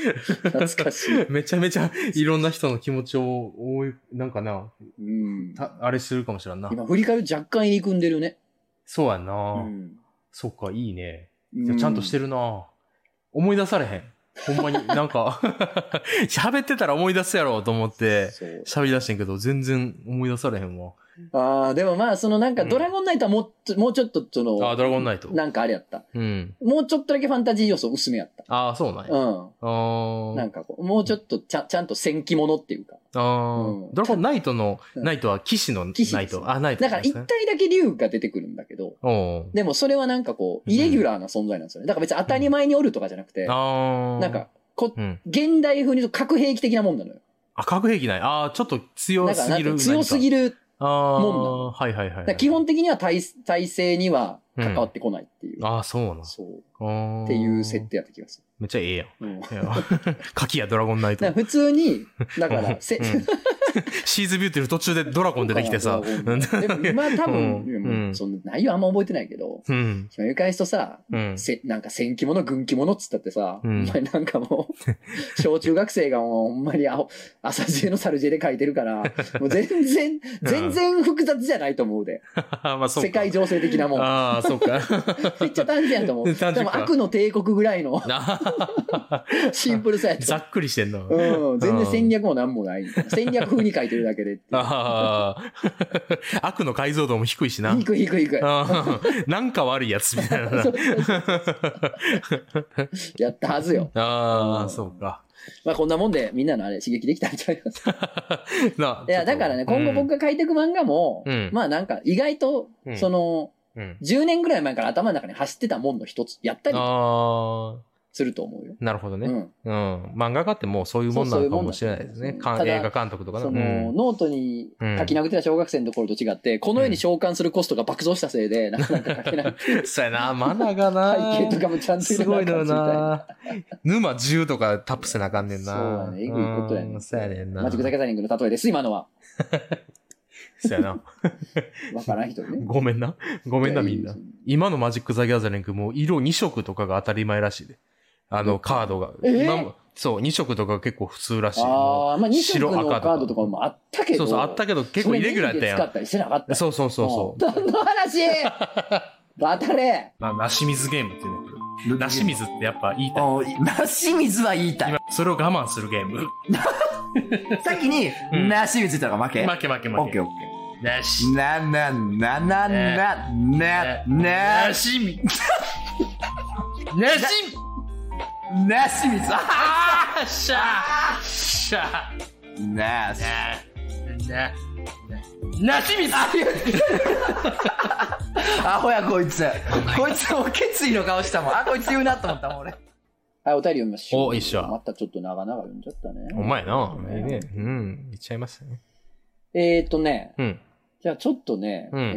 Speaker 1: 懐かしい。
Speaker 2: めちゃめちゃいろんな人の気持ちを思い、なんかな、
Speaker 1: うん。
Speaker 2: たあれするかもしれんな。
Speaker 1: 今、振り返ると若干入り組んでるね。
Speaker 2: そうや
Speaker 1: う
Speaker 2: な。
Speaker 1: ん。
Speaker 2: そっか、いいね。
Speaker 1: う
Speaker 2: いやちゃんとして
Speaker 1: る。
Speaker 2: るな。思い出されへん。ほんまに、なんか、 喋ってたら思い出すやろうと思って、
Speaker 1: そう。
Speaker 2: 喋り出してんけど、全然思い出されへんわ。
Speaker 1: ああ、でもまあ、そのなんか、
Speaker 2: うん
Speaker 1: ドラゴンナイトはもっと、もうちょっと、その、
Speaker 2: あードラゴンナイト
Speaker 1: なんかあれやった。
Speaker 2: うん。
Speaker 1: もうちょっとだけファンタジー要素薄めやった。
Speaker 2: ああ、そうなんや。
Speaker 1: うん。
Speaker 2: あー
Speaker 1: なんかこう、もうちょっとちゃちゃんと戦記ものっていうか。
Speaker 2: あ
Speaker 1: う
Speaker 2: ー
Speaker 1: ん
Speaker 2: ドラゴンナイトの、
Speaker 1: うん
Speaker 2: ナイトは騎士のナ
Speaker 1: 騎士です
Speaker 2: イト。あ、ナイト
Speaker 1: だか
Speaker 2: な
Speaker 1: ら
Speaker 2: んで
Speaker 1: 一
Speaker 2: すね。
Speaker 1: 体だけ竜が出てくるんだけど、
Speaker 2: おう
Speaker 1: でもそれはなんかこう、イレギュラーな存在なんですよね。だから別に当たり前におるとかじゃなくて、
Speaker 2: あー
Speaker 1: なんか、こ
Speaker 2: うん。
Speaker 1: 現代風に言うと核兵器的なもんなのよ。
Speaker 2: あ、核兵器ない。ああ、ちょっと強
Speaker 1: だ
Speaker 2: す
Speaker 1: から
Speaker 2: ぎ
Speaker 1: なん
Speaker 2: る。
Speaker 1: か強すぎ
Speaker 2: る。
Speaker 1: る。
Speaker 2: あ
Speaker 1: もんなの
Speaker 2: あ、はいはい
Speaker 1: だ
Speaker 2: はい
Speaker 1: か
Speaker 2: は
Speaker 1: ら
Speaker 2: い。
Speaker 1: 基本的には体体制には関わってこないっていう。
Speaker 2: ああ、そうなの。
Speaker 1: そう。
Speaker 2: あー
Speaker 1: っていう設。定やった気がす
Speaker 2: めっちゃええやん。
Speaker 1: る。うん。だか
Speaker 2: いやカキやドラゴンナイト
Speaker 1: ら。普通に、だか
Speaker 2: うん
Speaker 1: ら、せ、
Speaker 2: うんシーズビューティフル途中でドラゴン出てきてさ。うん
Speaker 1: でも、まあ多分、
Speaker 2: うん
Speaker 1: もう
Speaker 2: うん
Speaker 1: その内容あんま覚えてないけど、
Speaker 2: うん。
Speaker 1: 今見返すとさ、
Speaker 2: うん。
Speaker 1: せなんか戦記もの軍記ものっつったってさ、
Speaker 2: うん
Speaker 1: お前なんかもう 小中学生がもうほんまに青朝知恵のサルジェで書いてる からもう全然全然複雑じゃないと思うで、
Speaker 2: まあそうか。
Speaker 1: 世界情勢的なもん
Speaker 2: ああ、そうか。
Speaker 1: めっちゃ単純やと思 う
Speaker 2: 単純か
Speaker 1: でも悪の帝国ぐらいの
Speaker 2: な
Speaker 1: シンプルさやと
Speaker 2: ざっくりしてんな。
Speaker 1: うん、全然戦略もなんもない戦略風に書いてるだけでっていう
Speaker 2: ああ。 悪の解像度も低いしな
Speaker 1: 低。い低い低い
Speaker 2: あーなんか悪いやつみたいな
Speaker 1: そう。やったはずよ、
Speaker 2: あ
Speaker 1: う
Speaker 2: あ、
Speaker 1: ん
Speaker 2: そうか。
Speaker 1: まあ、こんなもんでみんなのあれ刺激できたんちゃいます
Speaker 2: ない
Speaker 1: や、 だからね、今後僕
Speaker 2: が。
Speaker 1: が書いていく漫画も、
Speaker 2: うん
Speaker 1: まあなんか意外と
Speaker 2: う、ん
Speaker 1: その、
Speaker 2: うん
Speaker 1: 10年ぐらい前から頭の中に走ってたもんの一つ、やったり
Speaker 2: あ
Speaker 1: すると思うよ。
Speaker 2: あ、なるほど
Speaker 1: う
Speaker 2: ね。
Speaker 1: ん。
Speaker 2: うん。漫画家ってもうそういうもんなのかもしれない
Speaker 1: そ
Speaker 2: ですね。
Speaker 1: うそういうもんなん
Speaker 2: か
Speaker 1: で
Speaker 2: ん
Speaker 1: す
Speaker 2: 映
Speaker 1: ただ
Speaker 2: 画監督とかね
Speaker 1: その、
Speaker 2: うん
Speaker 1: ノートに書き殴ってた小学生の頃と違って、このように召喚するコストが爆増したせい で、なかなか書けない。
Speaker 2: そうやな、マナーが な。
Speaker 1: 背景とかもちゃんと
Speaker 2: すごいのよな。沼10とかタップせなあかんねんな。
Speaker 1: そうやね。えぐいことや
Speaker 2: う
Speaker 1: ね。
Speaker 2: んそうやねんな。
Speaker 1: マジック・ザ・ギャザリングの例えです、今のは。
Speaker 2: そうやな。
Speaker 1: わからん人にね。
Speaker 2: ごめんな。 ごめんな、みんな。今のマジック・ザ・ギャザリングもう色2色とかが当たり前らしいで。あの、カードが。
Speaker 1: えー
Speaker 2: 今もそう、2色とか結構普通らしい。も
Speaker 1: ああ、まあ、2色
Speaker 2: 白
Speaker 1: の
Speaker 2: 赤とか
Speaker 1: カードとかもあったけ
Speaker 2: う
Speaker 1: ど。
Speaker 2: そうそう、あったけど結構イレギュラーや
Speaker 1: それメインで
Speaker 2: った
Speaker 1: 使
Speaker 2: や
Speaker 1: ったりしてなかった
Speaker 2: ん。。そうそうそうそう。
Speaker 1: う。何の話 バタレ
Speaker 2: な、なし水ゲームっていうね。なし水ってやっぱ言いたい。
Speaker 3: おなし水は言いたい。
Speaker 2: それを我慢するゲーム。
Speaker 3: 先に、
Speaker 2: うん
Speaker 3: なし水とか負け
Speaker 2: 負け負け
Speaker 3: オ
Speaker 2: 負
Speaker 3: ッケー
Speaker 2: け
Speaker 3: オッ。
Speaker 2: なし
Speaker 3: ケー。な、な、な、な、な、な、な、
Speaker 2: しみ。なし
Speaker 3: なしみつあ
Speaker 2: あっしゃーしゃ
Speaker 3: ーなし。
Speaker 2: ーな、な、なしみつ
Speaker 3: アホやこいつ。こいつもう決意の顔したもん。あ、こいつ言うなと思ったもん俺。
Speaker 1: はい、お便り読みましょう。
Speaker 2: お一緒
Speaker 1: またちょっと長々読んじゃった
Speaker 2: お
Speaker 1: ね。
Speaker 2: 前な。
Speaker 1: ええね
Speaker 2: うん。いっちゃいましたね。
Speaker 1: えーっとね、
Speaker 2: うん。
Speaker 1: じゃあちょっとね、
Speaker 2: うん
Speaker 1: え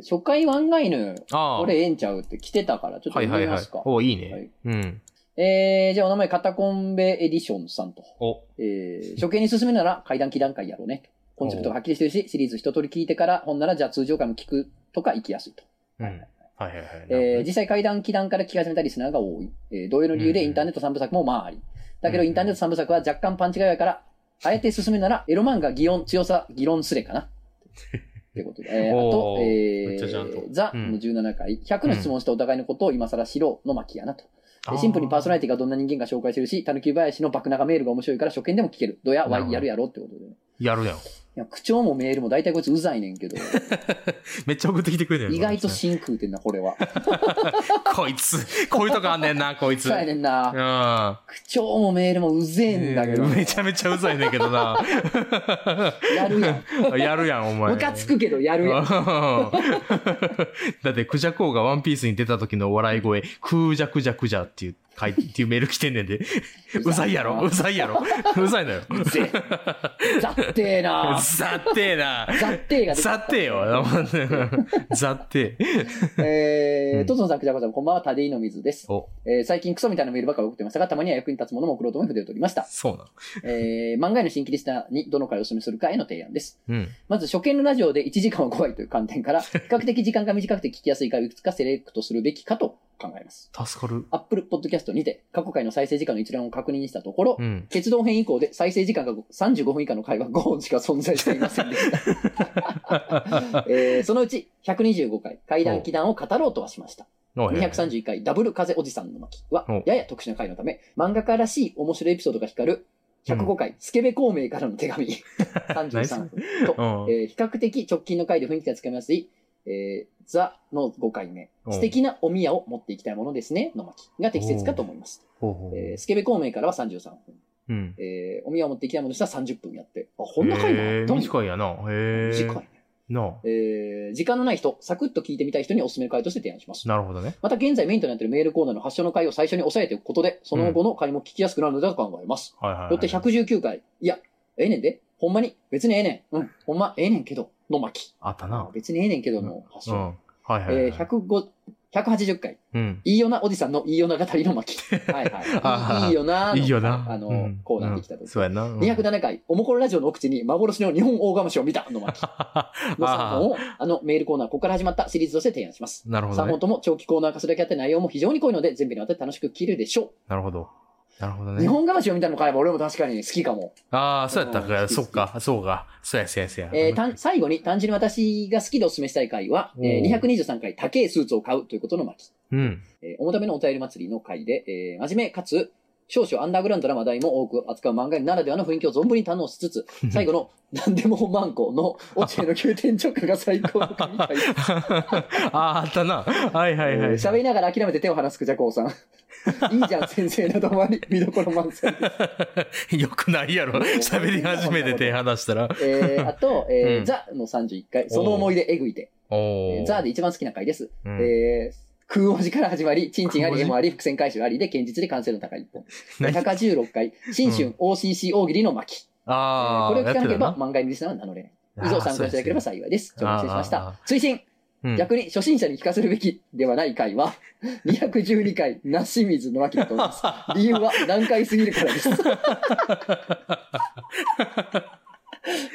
Speaker 1: ー初回ワンガイヌ、
Speaker 2: ああ。
Speaker 1: これええんちゃうって来てたから、ちょっと
Speaker 2: はい
Speaker 1: 読
Speaker 2: はい
Speaker 1: みま
Speaker 2: はい
Speaker 1: すか。。
Speaker 2: おいい
Speaker 1: はい
Speaker 2: ね。うん。
Speaker 1: えー、じゃあお名前、カタコンベエディションさんと。
Speaker 2: お。
Speaker 1: えー、初見に進めるなら階段期段階やろうね。コンセプトがはっきりしてるし、シリーズ一通り聞いてから、ほんならじゃあ通常回も聞くとか行きやすいと。
Speaker 2: うん。はいはいはい。
Speaker 1: えー
Speaker 2: なる
Speaker 1: 実際階段期段から聞き始めたリスナーが多い。えー同様の理由でインターネット三部作もまああり。だけど
Speaker 2: うん
Speaker 1: インターネット三部作は若干パンチが弱いから、あえて進めるなら、エロ漫画、擬音、強さ、議論すれかな。ってことで。えー、 あ
Speaker 2: お
Speaker 1: と、
Speaker 2: ー
Speaker 1: え
Speaker 2: めっちゃちゃんと
Speaker 1: ー、ザ
Speaker 2: うん
Speaker 1: の17回、100の質問したお互いのことを今更知ろうの巻やなと。
Speaker 2: ほど
Speaker 1: でシンプルにパーソナリティがどんな人間か紹介するし、たぬき林の爆長メールが面白いから初見でも聞ける。どや、わ
Speaker 2: なるほ
Speaker 1: い、
Speaker 2: ど
Speaker 1: やるやろってことで。い
Speaker 2: やるやん。
Speaker 1: や、口調もメールも大体こいつうざいねんけ ど、
Speaker 2: めっちゃ送ってきてくれてる
Speaker 1: 意外と真空てんな、これ は。
Speaker 2: こいつ、こういうとこあんねんな、こいつ。
Speaker 1: そうやねんな。
Speaker 2: うん。
Speaker 1: 口調もメールもうぜえんだけど。
Speaker 2: めちゃめちゃうざいねんけど な。
Speaker 1: やるやん。
Speaker 2: やるや ん、お前。
Speaker 1: ムカつくけどやるやん。
Speaker 2: だって、クジャコウがワンピースに出た時の笑い声、クジャクジャクジャっていう、書いっていうメール来てんねんで。うざいやろ、うざいやろ、うざいのよ。
Speaker 1: うぜえ。ざってえな。
Speaker 2: ざってえな。
Speaker 1: ざってえが出てき
Speaker 2: ざ
Speaker 1: た
Speaker 2: ってえよ。。ざってえ。
Speaker 1: え
Speaker 2: う
Speaker 1: ー、
Speaker 2: ん
Speaker 1: トトンさん、クジャコさん、こんばんは、タディの水です。
Speaker 2: お、
Speaker 1: えー、最近クソみたいなメールばっかり送ってましたが、たまには役に立つものも送ろうと思い筆を取りました。
Speaker 2: そうなの。
Speaker 1: えー、漫画への新規リスナーにどの回をお勧めするかへの提案です。
Speaker 2: うん。
Speaker 1: まず初見のラジオで1時間は怖いという観点 から、比較的時間が短くて聞きやすい回をいくつかセレクトするべきかと考えます。
Speaker 2: 助かる。
Speaker 1: Apple Podcast にて過去回の再生時間の一覧を確認したところ、
Speaker 2: うん。
Speaker 1: 鉄道編以降で再生時間が35分以下の回は5本しか存在していませんで した。えーそのうち125回、階段祈談を語ろうとはしました。231回、ダブル風おじさんの巻は
Speaker 2: お、
Speaker 1: やや特殊な回のため、漫画家らしい面白いエピソードが光る105回、スケベ孔明からの手 紙
Speaker 2: 何それ
Speaker 1: 33分と、
Speaker 2: うん。
Speaker 1: えー比較的直近の回で雰囲気がつかみやすい、えーザの5回目、
Speaker 2: お
Speaker 1: 素敵なお宮を持っていきたいものですね、の巻が適切かと思います。
Speaker 2: ほうほう
Speaker 1: えースケベ孔明からは33分。
Speaker 2: うん。
Speaker 1: えー、お宮を持っていきたいものとしたら30分やって。あ、こんな回もあ
Speaker 2: え
Speaker 1: っ
Speaker 2: ー
Speaker 1: たんや
Speaker 2: 短いやな。へえ。
Speaker 1: 短いね。
Speaker 2: なあ。
Speaker 1: えー、時間のない人、サクッと聞いてみたい人におすすめの回として提案します。
Speaker 2: なるほどね。
Speaker 1: また現在メインとなっているメールコーナーの発祥の回を最初に押さえておくことで、その後の回も聞きやすくなるのだと考えます。
Speaker 2: はいはいはい。
Speaker 1: よって119回、いや、ええねんで、ほんまに、別にええねん、うん、ほんまええねんけど、の巻。
Speaker 2: あったな。
Speaker 1: 別にええねんけどの発
Speaker 2: うん。
Speaker 1: 祥。
Speaker 2: はいはいはい。
Speaker 1: えー、105 180回、
Speaker 2: うん。
Speaker 1: いいよなおじさんのいいよな語りの巻。 はいはい。いいよなの
Speaker 2: いいよな。
Speaker 1: あの、
Speaker 2: うん
Speaker 1: コーナーできた
Speaker 2: う
Speaker 1: と
Speaker 2: ん。そうやな。うん
Speaker 1: 207回、おもころラジオの奥地に幻の日本大釜を見たの巻 の3本を、あのメールコーナー、ここから始まったシリーズとして提案します。
Speaker 2: なるほど
Speaker 1: 3
Speaker 2: ね
Speaker 1: 本。とも長期コーナー化するだけあって内容も非常に濃いので、全部にわたって楽しく聞けるでしょ
Speaker 2: なるほど。なるほど
Speaker 1: う。
Speaker 2: ね。
Speaker 1: 日本釜を見たのかれば俺も確かに好きかも。
Speaker 2: ああ、そうやった
Speaker 1: う
Speaker 2: か。
Speaker 1: ん
Speaker 2: そっか。そうか。そうや、そうや、そうや。
Speaker 1: えーたん最後に単純に私が好きでお勧めしたい回は、えー
Speaker 2: おー
Speaker 1: 223回、高いスーツを買うということの巻。
Speaker 2: うん。
Speaker 1: えー、重ためのお便り祭りの回で、えー真面目かつ、少々アンダーグラウンドな話題も多く扱う漫画ならではの雰囲気を存分に堪能しつ つ、最後の何でもマンコの落合の急転直下が最 高の神回。
Speaker 2: ああ、あったな。はいはいはい。
Speaker 1: えー喋りながら諦めて手を離すクジャコウ さん。いいじゃん、先生のどまり、見どころ満 載。
Speaker 2: よくないやろ。喋り始めて手離したら。
Speaker 1: えー、あと、えー
Speaker 2: うん
Speaker 1: ザの31回、その思い出えぐいて。
Speaker 2: お
Speaker 1: え
Speaker 2: お。
Speaker 1: ーザで一番好きな回です。
Speaker 2: うん
Speaker 1: えー、空王寺から始まり、チンチンあ
Speaker 2: 空
Speaker 1: り、
Speaker 2: 王寺
Speaker 1: エモあり、伏線回収ありで、堅実で完成度高い一本。
Speaker 2: 何
Speaker 1: 186回、新春 OCC 大喜利の巻。えー
Speaker 2: ああ。
Speaker 1: これを聞かなけれ
Speaker 2: や
Speaker 1: ば
Speaker 2: って
Speaker 1: 漫画のリスナーは名乗れない。
Speaker 2: たな
Speaker 1: 以上参考にいただければ
Speaker 2: あー
Speaker 1: 幸いです。
Speaker 2: そう
Speaker 1: 承
Speaker 2: ですね
Speaker 1: 知しまし
Speaker 2: あー
Speaker 1: た
Speaker 2: あ。
Speaker 1: 推進、
Speaker 2: そうですね
Speaker 1: 逆に初心者に聞かせるべきではない回は、212回、なし水の巻だと思い ます。理由は難解すぎるからです。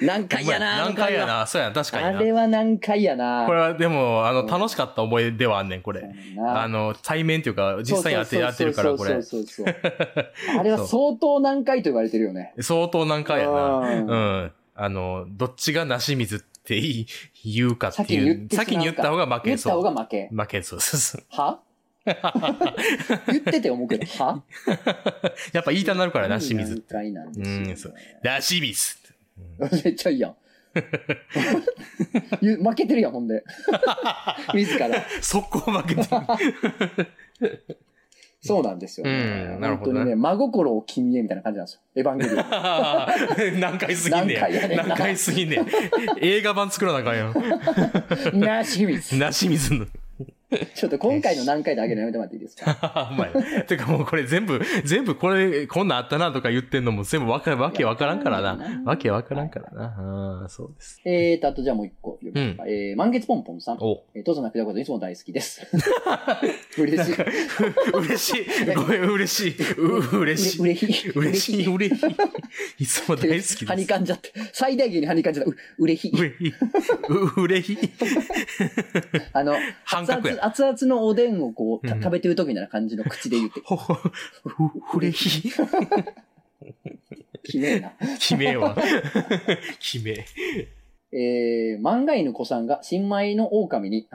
Speaker 1: 難
Speaker 2: うん
Speaker 1: 解やな
Speaker 2: 何回やな。そうや、確か
Speaker 1: あ
Speaker 2: にな。
Speaker 1: れは難解やな
Speaker 2: これはでも、あの、楽しかった思い出はあんねん、これ。あの、対面というか、実際にやってやってるから、これ。
Speaker 1: そうそうそうそう そうあれは相当難解と言われてるよね。
Speaker 2: 相当難解やな。
Speaker 1: うん
Speaker 2: うん。あの、どっちがなし水っていい言うかっていう。
Speaker 1: 先
Speaker 2: 先
Speaker 1: に
Speaker 2: に
Speaker 1: 言
Speaker 2: 言
Speaker 1: っ
Speaker 2: って
Speaker 1: しま
Speaker 2: た
Speaker 1: う
Speaker 2: 方が負
Speaker 1: 言
Speaker 2: け
Speaker 1: った
Speaker 2: そ
Speaker 1: 方
Speaker 2: う。
Speaker 1: が負け。
Speaker 2: 負けそう。 そうそう
Speaker 1: は言ってて思うけど、は
Speaker 2: やっぱ言いたなるからな、清水っ
Speaker 1: 難
Speaker 2: て。
Speaker 1: 解なんですよ、
Speaker 2: うん、そう。なし水。
Speaker 1: めっちゃい いやん。言う負けてるやん、ほん で。自ら。
Speaker 2: 速攻負けてる。
Speaker 1: そうなんですよ、ね。
Speaker 2: うんなるほどね
Speaker 1: 本当にね、真心を君へみたいな感じなんですよ。エヴァンゲリオン。
Speaker 2: 何回すぎんね
Speaker 1: 何回やねん
Speaker 2: や。
Speaker 1: な
Speaker 2: 何回すぎんねや。映画版作らなあかんや ん。
Speaker 1: なしみつ
Speaker 2: なし水の。
Speaker 1: ちょっと今回の何回であげるのやめてもらっていいですか
Speaker 2: お前。てかもうこれ全部、全部これ、こんなんあったなとか言ってんのも全部わかわけわからんから
Speaker 1: いやわかんない
Speaker 2: な。
Speaker 1: な
Speaker 2: わけわからんからな。うん、そうです。
Speaker 1: えーと、あとじゃあもう一個読みますか。えー、満月ポンポンさん。
Speaker 2: お。
Speaker 1: えー、とぞなくだこといつも大好きです。 嬉しい。
Speaker 2: 嬉しい。ごめん、嬉しい。う嬉しい。
Speaker 1: 嬉しい。
Speaker 2: 嬉しい、嬉しい。いつも大好き
Speaker 1: は
Speaker 2: で
Speaker 1: に
Speaker 2: す。
Speaker 1: かんじゃって。最大限にはにかんじゃった。う、うれひ。
Speaker 2: うれひ。ううれひ。
Speaker 1: あの、
Speaker 2: 半
Speaker 1: 熱
Speaker 2: 角や
Speaker 1: 々、熱々のおでんをこう、た
Speaker 2: うん
Speaker 1: 食べてる時みたいな感じの口で言 って、
Speaker 2: ほほ。ううれひ。
Speaker 1: きれいな。
Speaker 2: 決めは。決め。
Speaker 1: えー、漫画犬子さんが新米の狼に、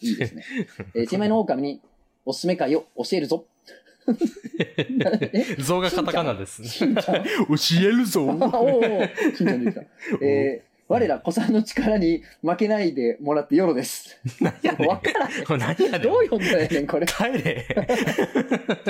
Speaker 1: いいですね。 えー、新米の狼に、おすすめ会を教えるぞ。え
Speaker 2: 像がカタカナです。
Speaker 1: しんちゃん
Speaker 2: 教えるぞ。
Speaker 1: お ー、しんちゃんできた。えー、我ら子さんの力に負けないでもらってよろです。
Speaker 2: 何やねん。
Speaker 1: わからん。
Speaker 2: これ何やねん。
Speaker 1: どう読んだらええねん、これ。
Speaker 2: 帰れ。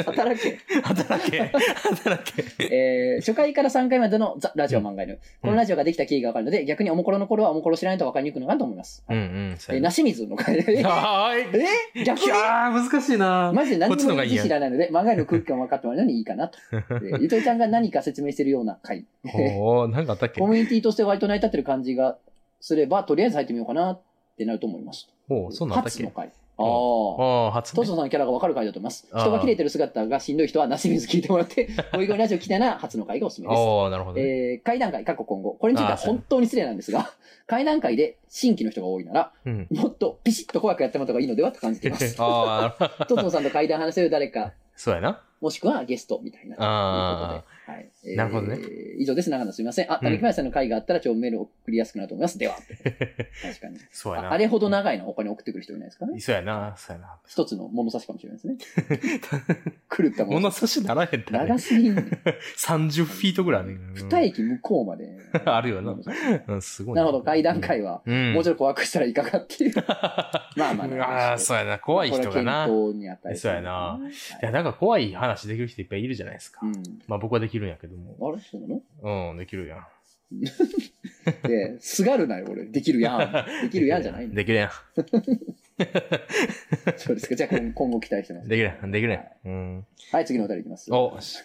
Speaker 1: 働け。
Speaker 2: 働け。働け。
Speaker 1: えー初回から3回までのザ・ラジオ漫画犬。このラジオができた経緯がわかるので、逆におもころの頃はおもころ知らないとわかりにくいのかなと思います。
Speaker 2: うんうん。
Speaker 1: えー、なしみずの回。え
Speaker 2: はーい。
Speaker 1: ー逆に
Speaker 2: いやー、難しいな。
Speaker 1: マジで
Speaker 2: こ
Speaker 1: 何
Speaker 2: っちの
Speaker 1: に
Speaker 2: が
Speaker 1: も
Speaker 2: いいや
Speaker 1: 知らないので、漫画犬の空気感分かってもらえるのにいいかな と。えーゆとりちゃんが何か説明してるような回。
Speaker 2: おー、なんかあったっけ
Speaker 1: コミュニティとして割と成り立ってる感じがすれば、とりあえず入ってみようかなってなると思います。
Speaker 2: おー、そうなんだっ
Speaker 1: 初の
Speaker 2: け
Speaker 1: 回。ああ。
Speaker 2: あー、初
Speaker 1: ト
Speaker 2: ね
Speaker 1: ソさんのキャラが分かる回だと思います。
Speaker 2: あー
Speaker 1: 人が切れてる姿がしんどい人はなしみず聞いてもらって、 おいごいラジオ来たなら初の回がおすすめです。
Speaker 2: おー、なるほどね。
Speaker 1: えー、会談会、過去今後。これについては
Speaker 2: あーそう
Speaker 1: 本当に失礼なんですが、会談会で新規の人が多いなら、
Speaker 2: うん。
Speaker 1: もっとピシッと怖くやってもらった方がいいのではと感じていま す。
Speaker 2: あー、なるほど。
Speaker 1: トトノさんと会談話せる誰か、
Speaker 2: そうやな。
Speaker 1: もしくはゲストみたいな。
Speaker 2: あ
Speaker 1: ということではいえー
Speaker 2: なるほどね
Speaker 1: 以上です、長野すみません。あ、たぬきまやさんの会があったら、超メール送りやすくなると思います。では。確かに。
Speaker 2: そうや
Speaker 1: あ
Speaker 2: な。
Speaker 1: あれほど長いの他に送ってくる人いないですかね。
Speaker 2: そうやな、そうやな。
Speaker 1: 一つの物差しかもしれ ないですね。狂ったもの。
Speaker 2: 物差しならへんってね。
Speaker 1: 長すぎんね。
Speaker 2: 30フィートぐらいあるね。
Speaker 1: 二駅向こうまで。
Speaker 2: あるよな。うん、すごい。
Speaker 1: なるほど、会談。会は、
Speaker 2: うん。
Speaker 1: もうちょっと怖くしたらいかが っていう。まあまあ。
Speaker 2: ああ、そうやな。怖い人
Speaker 1: これ
Speaker 2: がな。い
Speaker 1: は健康に与えてる
Speaker 2: そうやなや、なんか怖い話できる人いっぱいいるじゃないですか
Speaker 1: う。ん。
Speaker 2: まあ僕はできるんやけども。
Speaker 1: あれそうなの
Speaker 2: うん、できるやん。
Speaker 1: で、すがるなよ、俺。できるやん。できるやんじゃないんだ。
Speaker 2: できるやん。
Speaker 1: そうですか。じゃあ今今後期待してます。
Speaker 2: できるやん。できるやん。うん。
Speaker 1: はい、次のお便りいきます。
Speaker 2: お
Speaker 1: 流し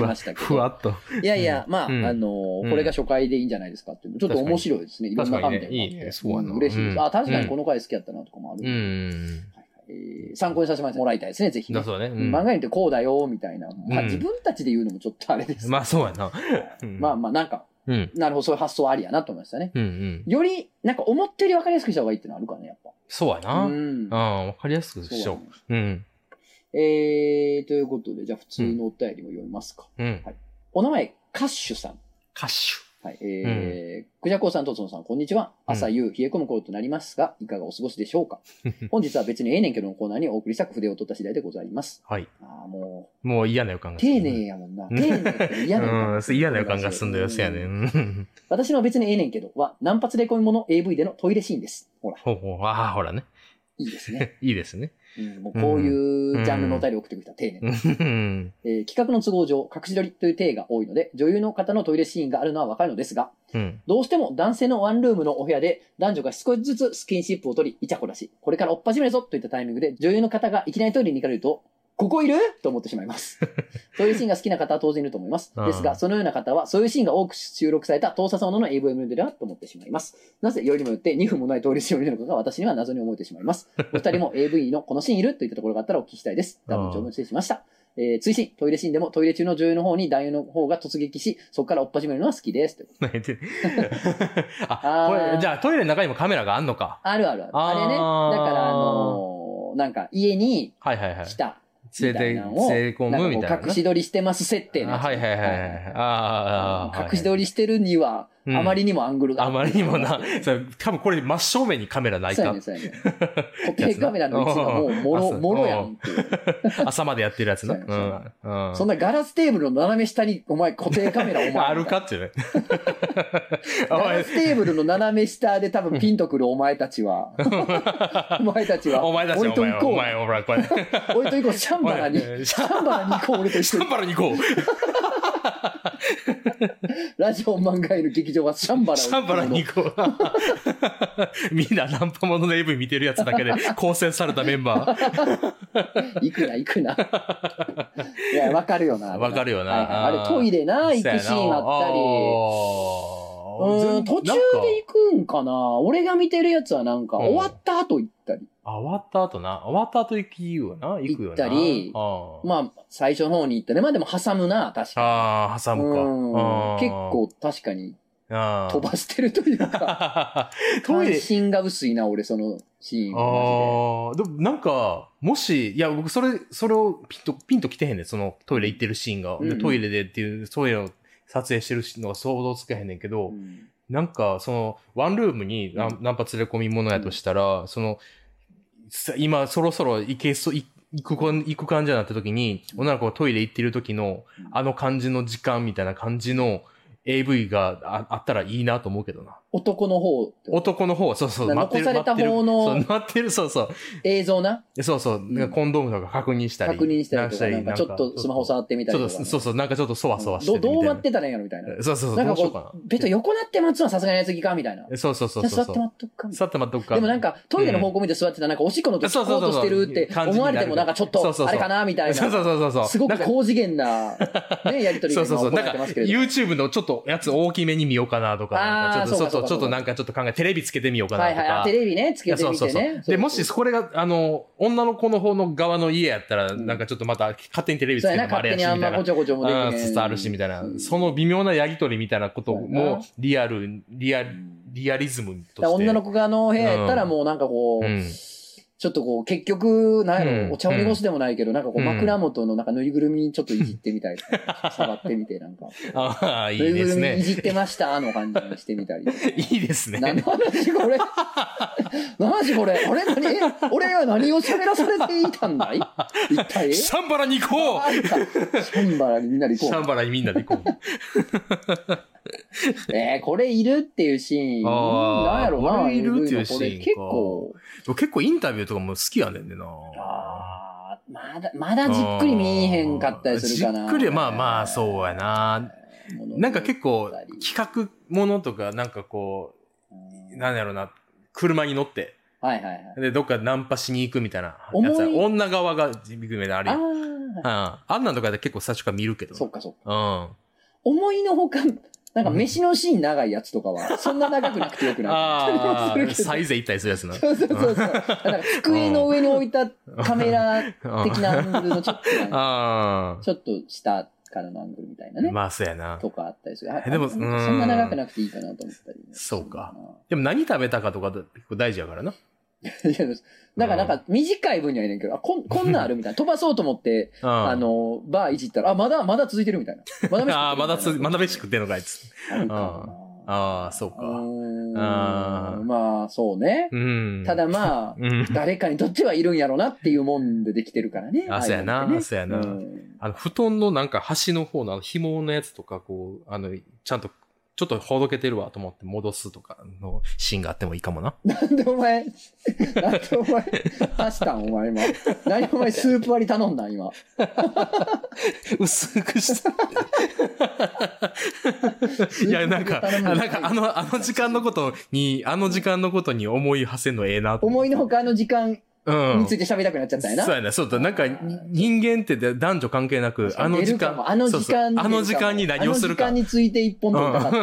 Speaker 1: ましたけ
Speaker 2: ふわ
Speaker 1: ど。
Speaker 2: っと。
Speaker 1: いやいや、まあ、あ
Speaker 2: うん
Speaker 1: のー、これが初回でいいんじゃないですかっていうのちょっと面白いですね。いろんな観点があっ
Speaker 2: 確かにねいい
Speaker 1: て
Speaker 2: ねそうやな
Speaker 1: 嬉しいで
Speaker 2: うん
Speaker 1: す。あ、確かにこの回好きやったなとかもあ
Speaker 2: う
Speaker 1: る。え
Speaker 2: ん。
Speaker 1: ー参考にさせてもらいたいですね、ぜひね。
Speaker 2: だそうだね。うん
Speaker 1: 漫画にってこうだよ、みたいな。まあ
Speaker 2: うん
Speaker 1: 自分たちで言うのもちょっとあれです。
Speaker 2: まあそうやな。うん
Speaker 1: まあまあ、なんか、
Speaker 2: うん。
Speaker 1: なるほど、そういう発想ありやなと思いましたね。
Speaker 2: うんうん。
Speaker 1: より、なんか思ったより分かりやすくした方がいいってのあるからね、やっ
Speaker 2: そうや
Speaker 1: ぱ。
Speaker 2: な。
Speaker 1: う
Speaker 2: う
Speaker 1: ん。
Speaker 2: ん、わかりやすく
Speaker 1: そう
Speaker 2: し
Speaker 1: だ
Speaker 2: よ
Speaker 1: ね
Speaker 2: う。うん。
Speaker 1: えー、ということで、じゃあ普通のお便りも読みますか。
Speaker 2: うん。
Speaker 1: お名前、カッシュさん。
Speaker 2: 歌手。
Speaker 1: はい。えー、クジャコウさん、トツノさん、こんにちは。朝夕、冷え込む頃となりますが、いかがお過ごしでし ょうか。本日は別にええねんけどのコーナーにお送りしたく筆を取った次第でございます。
Speaker 2: はい。
Speaker 1: ああ、も
Speaker 2: もう嫌な予感
Speaker 1: う、
Speaker 2: が
Speaker 1: 丁寧やもんな。丁寧って嫌な予感
Speaker 2: うん、そう嫌な予感がすんだよ、せやね
Speaker 1: うん
Speaker 2: ん。
Speaker 1: 私の別にええねんけどは、何発レコミもの AV でのトイレシーンです。ほら、
Speaker 2: ほうほう、ああ、ほらね。
Speaker 1: いいです ね。
Speaker 2: いいですね。
Speaker 1: うん、もうこういうジャンルのお便りを送ってくれた、丁寧な
Speaker 2: うん。
Speaker 1: えー企画の都合上、隠し撮りという体が多いので、女優の方のトイレシーンがあるのはわかるのですが、
Speaker 2: うん。
Speaker 1: どうしても男性のワンルームのお部屋で男女が少しずつスキンシップを取り、イチャコラし、これから追っ始めるぞといったタイミングで女優の方がいきなりトイレに行かれると、ここいると思ってしまいます。そういうシーンが好きな方は当然いると思います。
Speaker 2: うん
Speaker 1: ですが、そのような方は、そういうシーンが多く収録された盗撮ものの AV ムードではと思ってしまいます。なぜ、よりにもよって2分もない通りシーンを見るのかが私には謎に思えてしまいます。お二人も AV のこのシーンいるといったところがあったらお聞きしたいです。多分長文失礼しました。えー、追伸、トイレシーンでもトイレ中の女優の方に男優の方が突撃し、そこから追っ始めるのは好きです。という
Speaker 2: 泣いてるあ、これ、じゃあトイレの中にもカメラがあんのか。
Speaker 1: あるあるある。
Speaker 2: あ
Speaker 1: あ
Speaker 2: ー
Speaker 1: れね。だから、あのーなんか家に
Speaker 2: はいはいはい
Speaker 1: 来。たみ
Speaker 2: 連れ
Speaker 1: た
Speaker 2: て、
Speaker 1: いな
Speaker 2: 連
Speaker 1: のを、
Speaker 2: れ込むみたい
Speaker 1: んか
Speaker 2: な
Speaker 1: こう
Speaker 2: ね。
Speaker 1: 隠し撮りしてます設定の
Speaker 2: あ
Speaker 1: やつ
Speaker 2: はいはいはいはい。ああああ、
Speaker 1: 隠し撮
Speaker 2: り。
Speaker 1: りしてるには、
Speaker 2: うん
Speaker 1: あまりにもアングルが。
Speaker 2: あまりにもな、そう多分これ真正面にカメラない
Speaker 1: そうやね
Speaker 2: か
Speaker 1: ん、。 そうやねん。固定カメラの位置がもう、も
Speaker 2: あ
Speaker 1: ろ、
Speaker 2: そう
Speaker 1: もろやんっていう。
Speaker 2: 朝までやってるやつな。
Speaker 1: そうやね
Speaker 2: うん。うん
Speaker 1: そんなガラステーブルの斜め下に、お前固定カメラ、お前。
Speaker 2: あるかっていうね。
Speaker 1: ガ
Speaker 2: お
Speaker 1: ラ
Speaker 2: い
Speaker 1: ステーブルの斜め下で多分ピンとくるお前たち は。お前たちは。
Speaker 2: お前たち、
Speaker 1: 俺
Speaker 2: お
Speaker 1: と
Speaker 2: 前、
Speaker 1: 行こう。
Speaker 2: お前、お前、これ。
Speaker 1: 俺と行こう。シャン バラに。シ
Speaker 2: おい
Speaker 1: ャンバラに行こう、俺と一
Speaker 2: シ
Speaker 1: 緒
Speaker 2: ャ
Speaker 1: に
Speaker 2: ン。バラに行こう。
Speaker 1: ラジオ漫画への劇場はシャンバラを
Speaker 2: シャンバラに行こう。 みんなナンパものの AV 見てるやつだけで構成されたメンバー。
Speaker 1: 行くな、行くな。いや、わかるよな。
Speaker 2: わかるよな
Speaker 1: はいはい
Speaker 2: うん
Speaker 1: あれ、トイレな、行くシーンあったり。う
Speaker 2: あ
Speaker 1: ん、途中で行くんかな。俺が見てるやつはなんか、
Speaker 2: うん
Speaker 1: 終わった後行ったり。
Speaker 2: あ、終わった後な。終わった後行きよな。行くよな。
Speaker 1: 行ったり
Speaker 2: あ
Speaker 1: まあ、最初の方に行ったね。まあでも挟むな、確か
Speaker 2: あー、挟
Speaker 1: に。
Speaker 2: む
Speaker 1: うん
Speaker 2: か。
Speaker 1: 結構確かに飛
Speaker 2: 飛
Speaker 1: ばしてるというか、
Speaker 2: トイレ
Speaker 1: 関。心が薄いな、俺、そのシーン
Speaker 2: あ
Speaker 1: は
Speaker 2: あ、でもなんか、もし、いや、僕それ、それをピンと、ピンと来てへんねん。そのトイレ行ってるシーンが。
Speaker 1: うんうん
Speaker 2: でトイレでっていう、トイレを撮影してるのが想像つけへんねんけ
Speaker 1: マ
Speaker 2: ど、
Speaker 1: ジでうん
Speaker 2: なんか、その、ワンルームにナンナンパ連れ込みものやとしたら、その、さ今、そろそろ行けそう、い行くこん、行く感じやなった時に、女の子がトイレ行ってる時の
Speaker 1: うん、
Speaker 2: あの感じの時間みたいな感じの AV がああったらいいなと思うけどな。
Speaker 1: 男の方ってこと、
Speaker 2: 男の方は、そうそう、
Speaker 1: な
Speaker 2: 待ってる、
Speaker 1: 残された
Speaker 2: 待ってる
Speaker 1: 方の
Speaker 2: そう、待ってる、そうそう
Speaker 1: 映像な、
Speaker 2: で。そうそう、なんかコンドームとか確認したり。
Speaker 1: 確認したりとか、なんかちょっとスマホ触
Speaker 2: っ
Speaker 1: ってみた
Speaker 2: た
Speaker 1: り
Speaker 2: り
Speaker 1: と
Speaker 2: と
Speaker 1: か
Speaker 2: か、
Speaker 1: ね、
Speaker 2: そうそう、なんかちょっとそわそわして
Speaker 1: ど
Speaker 2: るみたい
Speaker 1: ど
Speaker 2: な
Speaker 1: う待ってたらいいんやろみたいな。
Speaker 2: そうそうそう、
Speaker 1: なんか
Speaker 2: どうしよう
Speaker 1: こ
Speaker 2: か
Speaker 1: う
Speaker 2: な、。
Speaker 1: ベッド横なって待つのはさすがにやつぎかみたいな。じ
Speaker 2: そうそうそう
Speaker 1: ゃあ
Speaker 2: そう。
Speaker 1: 座って待っとくかみたい
Speaker 2: 座って待っとく
Speaker 1: な。
Speaker 2: か。
Speaker 1: でもなんかトイレの方向見て座ってたらなんかおしっこの音
Speaker 2: そう
Speaker 1: 聞
Speaker 2: そ
Speaker 1: こ
Speaker 2: う
Speaker 1: う
Speaker 2: そ
Speaker 1: と
Speaker 2: う
Speaker 1: してるって
Speaker 2: 感じになる
Speaker 1: 思われてもなんかちょっ
Speaker 2: そうそうそう
Speaker 1: とあれかなみたい
Speaker 2: そう
Speaker 1: な。
Speaker 2: そうそうそう。
Speaker 1: すご
Speaker 2: な
Speaker 1: く
Speaker 2: んか
Speaker 1: 高次元 な、ね、やりとり
Speaker 2: そ
Speaker 1: が
Speaker 2: うそう
Speaker 1: 今行
Speaker 2: そう。なん
Speaker 1: われ
Speaker 2: か
Speaker 1: てますけれども。
Speaker 2: YouTube のちょっとやつ大きめに見ようかなとか、なんか
Speaker 1: あー
Speaker 2: ちょっと
Speaker 1: そうか
Speaker 2: ちょっとち
Speaker 1: そ
Speaker 2: ょ
Speaker 1: う
Speaker 2: っ
Speaker 1: か
Speaker 2: となんかちょっと考え、テレビつけてみようかな
Speaker 1: はい
Speaker 2: と
Speaker 1: はいあ。
Speaker 2: か
Speaker 1: テ。レビね、つ
Speaker 2: い
Speaker 1: け
Speaker 2: や
Speaker 1: て
Speaker 2: そう
Speaker 1: み
Speaker 2: そう
Speaker 1: て
Speaker 2: そう
Speaker 1: ね。。
Speaker 2: で、もしこれが、あの、女の子の方の側の家やったら、
Speaker 1: ん
Speaker 2: なんかちょっとまた勝手にテレビつ
Speaker 1: そうや
Speaker 2: けて
Speaker 1: な、
Speaker 2: もあ
Speaker 1: 勝
Speaker 2: れ
Speaker 1: 手に
Speaker 2: やし、
Speaker 1: あん
Speaker 2: み
Speaker 1: ま
Speaker 2: たいな
Speaker 1: ごち。ょごちょもできへ
Speaker 2: うん
Speaker 1: ん。
Speaker 2: 伝わるし、みたいな
Speaker 1: う。ん
Speaker 2: その微妙なやりとりみたいなことも、リアル、リア
Speaker 1: う
Speaker 2: ル、
Speaker 1: ん
Speaker 2: リアリズムと
Speaker 1: だから
Speaker 2: して。
Speaker 1: 女の子側の部屋やったら
Speaker 2: うん
Speaker 1: もうなんかこう、
Speaker 2: うん
Speaker 1: ちょっとこう、結局、なんや
Speaker 2: うん
Speaker 1: ろ、お茶を濁すでもないけど、なんかこう、
Speaker 2: うん
Speaker 1: 枕元のなんかぬいぐるみちょっといじってみたり、触ってみて、なんか。
Speaker 2: ああ、 いい
Speaker 1: ぬいぐ
Speaker 2: で
Speaker 1: る
Speaker 2: す
Speaker 1: みい
Speaker 2: ね。
Speaker 1: じってました、の感じにしてみたり。
Speaker 2: いいですね。
Speaker 1: 何の話これ 何の話これ俺何え俺は何を喋らされていたんだい一体え
Speaker 2: シャンバラに行こう
Speaker 1: あんたシャンバラにみんなで行
Speaker 2: シ
Speaker 1: こ
Speaker 2: ャンバラにみんなで行こう。
Speaker 1: う。えー、これいるっていうシーン。
Speaker 2: あー
Speaker 1: なんやろな。
Speaker 2: これいるっていうシーンか
Speaker 1: AV のこれ結構、
Speaker 2: 僕結構インタビューとかも好きやねんでな。
Speaker 1: あーまだ、まだじっくり見えへんかったりするかな。
Speaker 2: じっくり、まあまあ、そうやな。
Speaker 1: もの。
Speaker 2: なんか結構、企画ものとか、なんかこう、なんやろな、車に乗って、
Speaker 1: はいはいはい。
Speaker 2: で、どっかナンパしに行くみたいな
Speaker 1: 重い
Speaker 2: やつや女側が自分であれ
Speaker 1: あ
Speaker 2: やん。うん
Speaker 1: あ、
Speaker 2: あんなんとかで結構最初から見るけど。
Speaker 1: そっかそっか。
Speaker 2: うん。
Speaker 1: 思いのほか、なんか飯のシーン長いやつとかは、そんな長くなくてよく
Speaker 2: あ
Speaker 1: ない
Speaker 2: あ、サイズ行ったりするやつな。
Speaker 1: そうそうそうそう。なんか机の上に置いたカメラ 的なアングルのちょっとなんか、
Speaker 2: あ
Speaker 1: ちょっと下からのアングルみたいな
Speaker 2: あ。
Speaker 1: ね。
Speaker 2: まあ、そうやな。
Speaker 1: とかあったりする。あ
Speaker 2: えでも
Speaker 1: あそん
Speaker 2: うん
Speaker 1: な長くなくていいかなと思ったりね、
Speaker 2: そうかでも何食べたかとか結構大事やからな。
Speaker 1: するかな。いやだから なんか短い分にはいいねんけど、あ、こん、 こんなんあるみたいな。飛ばそうと思って、あ
Speaker 2: あ、
Speaker 1: の、バーいじったら、あ、まだ、まだ続いてるみたいな。まだ飯食ってるみたいな
Speaker 2: ああ、ま だつ、まだ飯食ってんのかいっつって。
Speaker 1: あるかな
Speaker 2: ああ、そう
Speaker 1: う
Speaker 2: か。
Speaker 1: ーんまあ、そうね。
Speaker 2: うん。
Speaker 1: た、だまあ、
Speaker 2: うん。
Speaker 1: 誰かにとってはいるんやろなっていうもんでできてるからね。
Speaker 2: あ、そうや
Speaker 1: ああいうの
Speaker 2: な、
Speaker 1: ってね
Speaker 2: そうや
Speaker 1: う
Speaker 2: な。
Speaker 1: ん
Speaker 2: あの、布団のなんか端の方のあの紐のやつとか、こう、あの、ちゃんと、ちょっとほどけてるわと思って戻すとかのシーンがあってもいいかもな。
Speaker 1: なんでお前、 なんでお前、足したんお前今。何お前スープ割り頼んだん今。
Speaker 2: 薄くした。いや、なんか、あなんかあの、あの時間のことに、あの時間のことに思い馳せんのええなと
Speaker 1: 思いのほ
Speaker 2: か。
Speaker 1: かあの時間に
Speaker 2: うん。
Speaker 1: ついて喋りたくなっちゃったんやな。
Speaker 2: そうやな、そうだ、なんか人間って男女関係なく、あの
Speaker 1: 出
Speaker 2: 時
Speaker 1: るか
Speaker 2: 間、
Speaker 1: もあの時
Speaker 2: そうそう
Speaker 1: 間に出るかも
Speaker 2: あの時間に何をするか
Speaker 1: あの時間。について一本取りたかった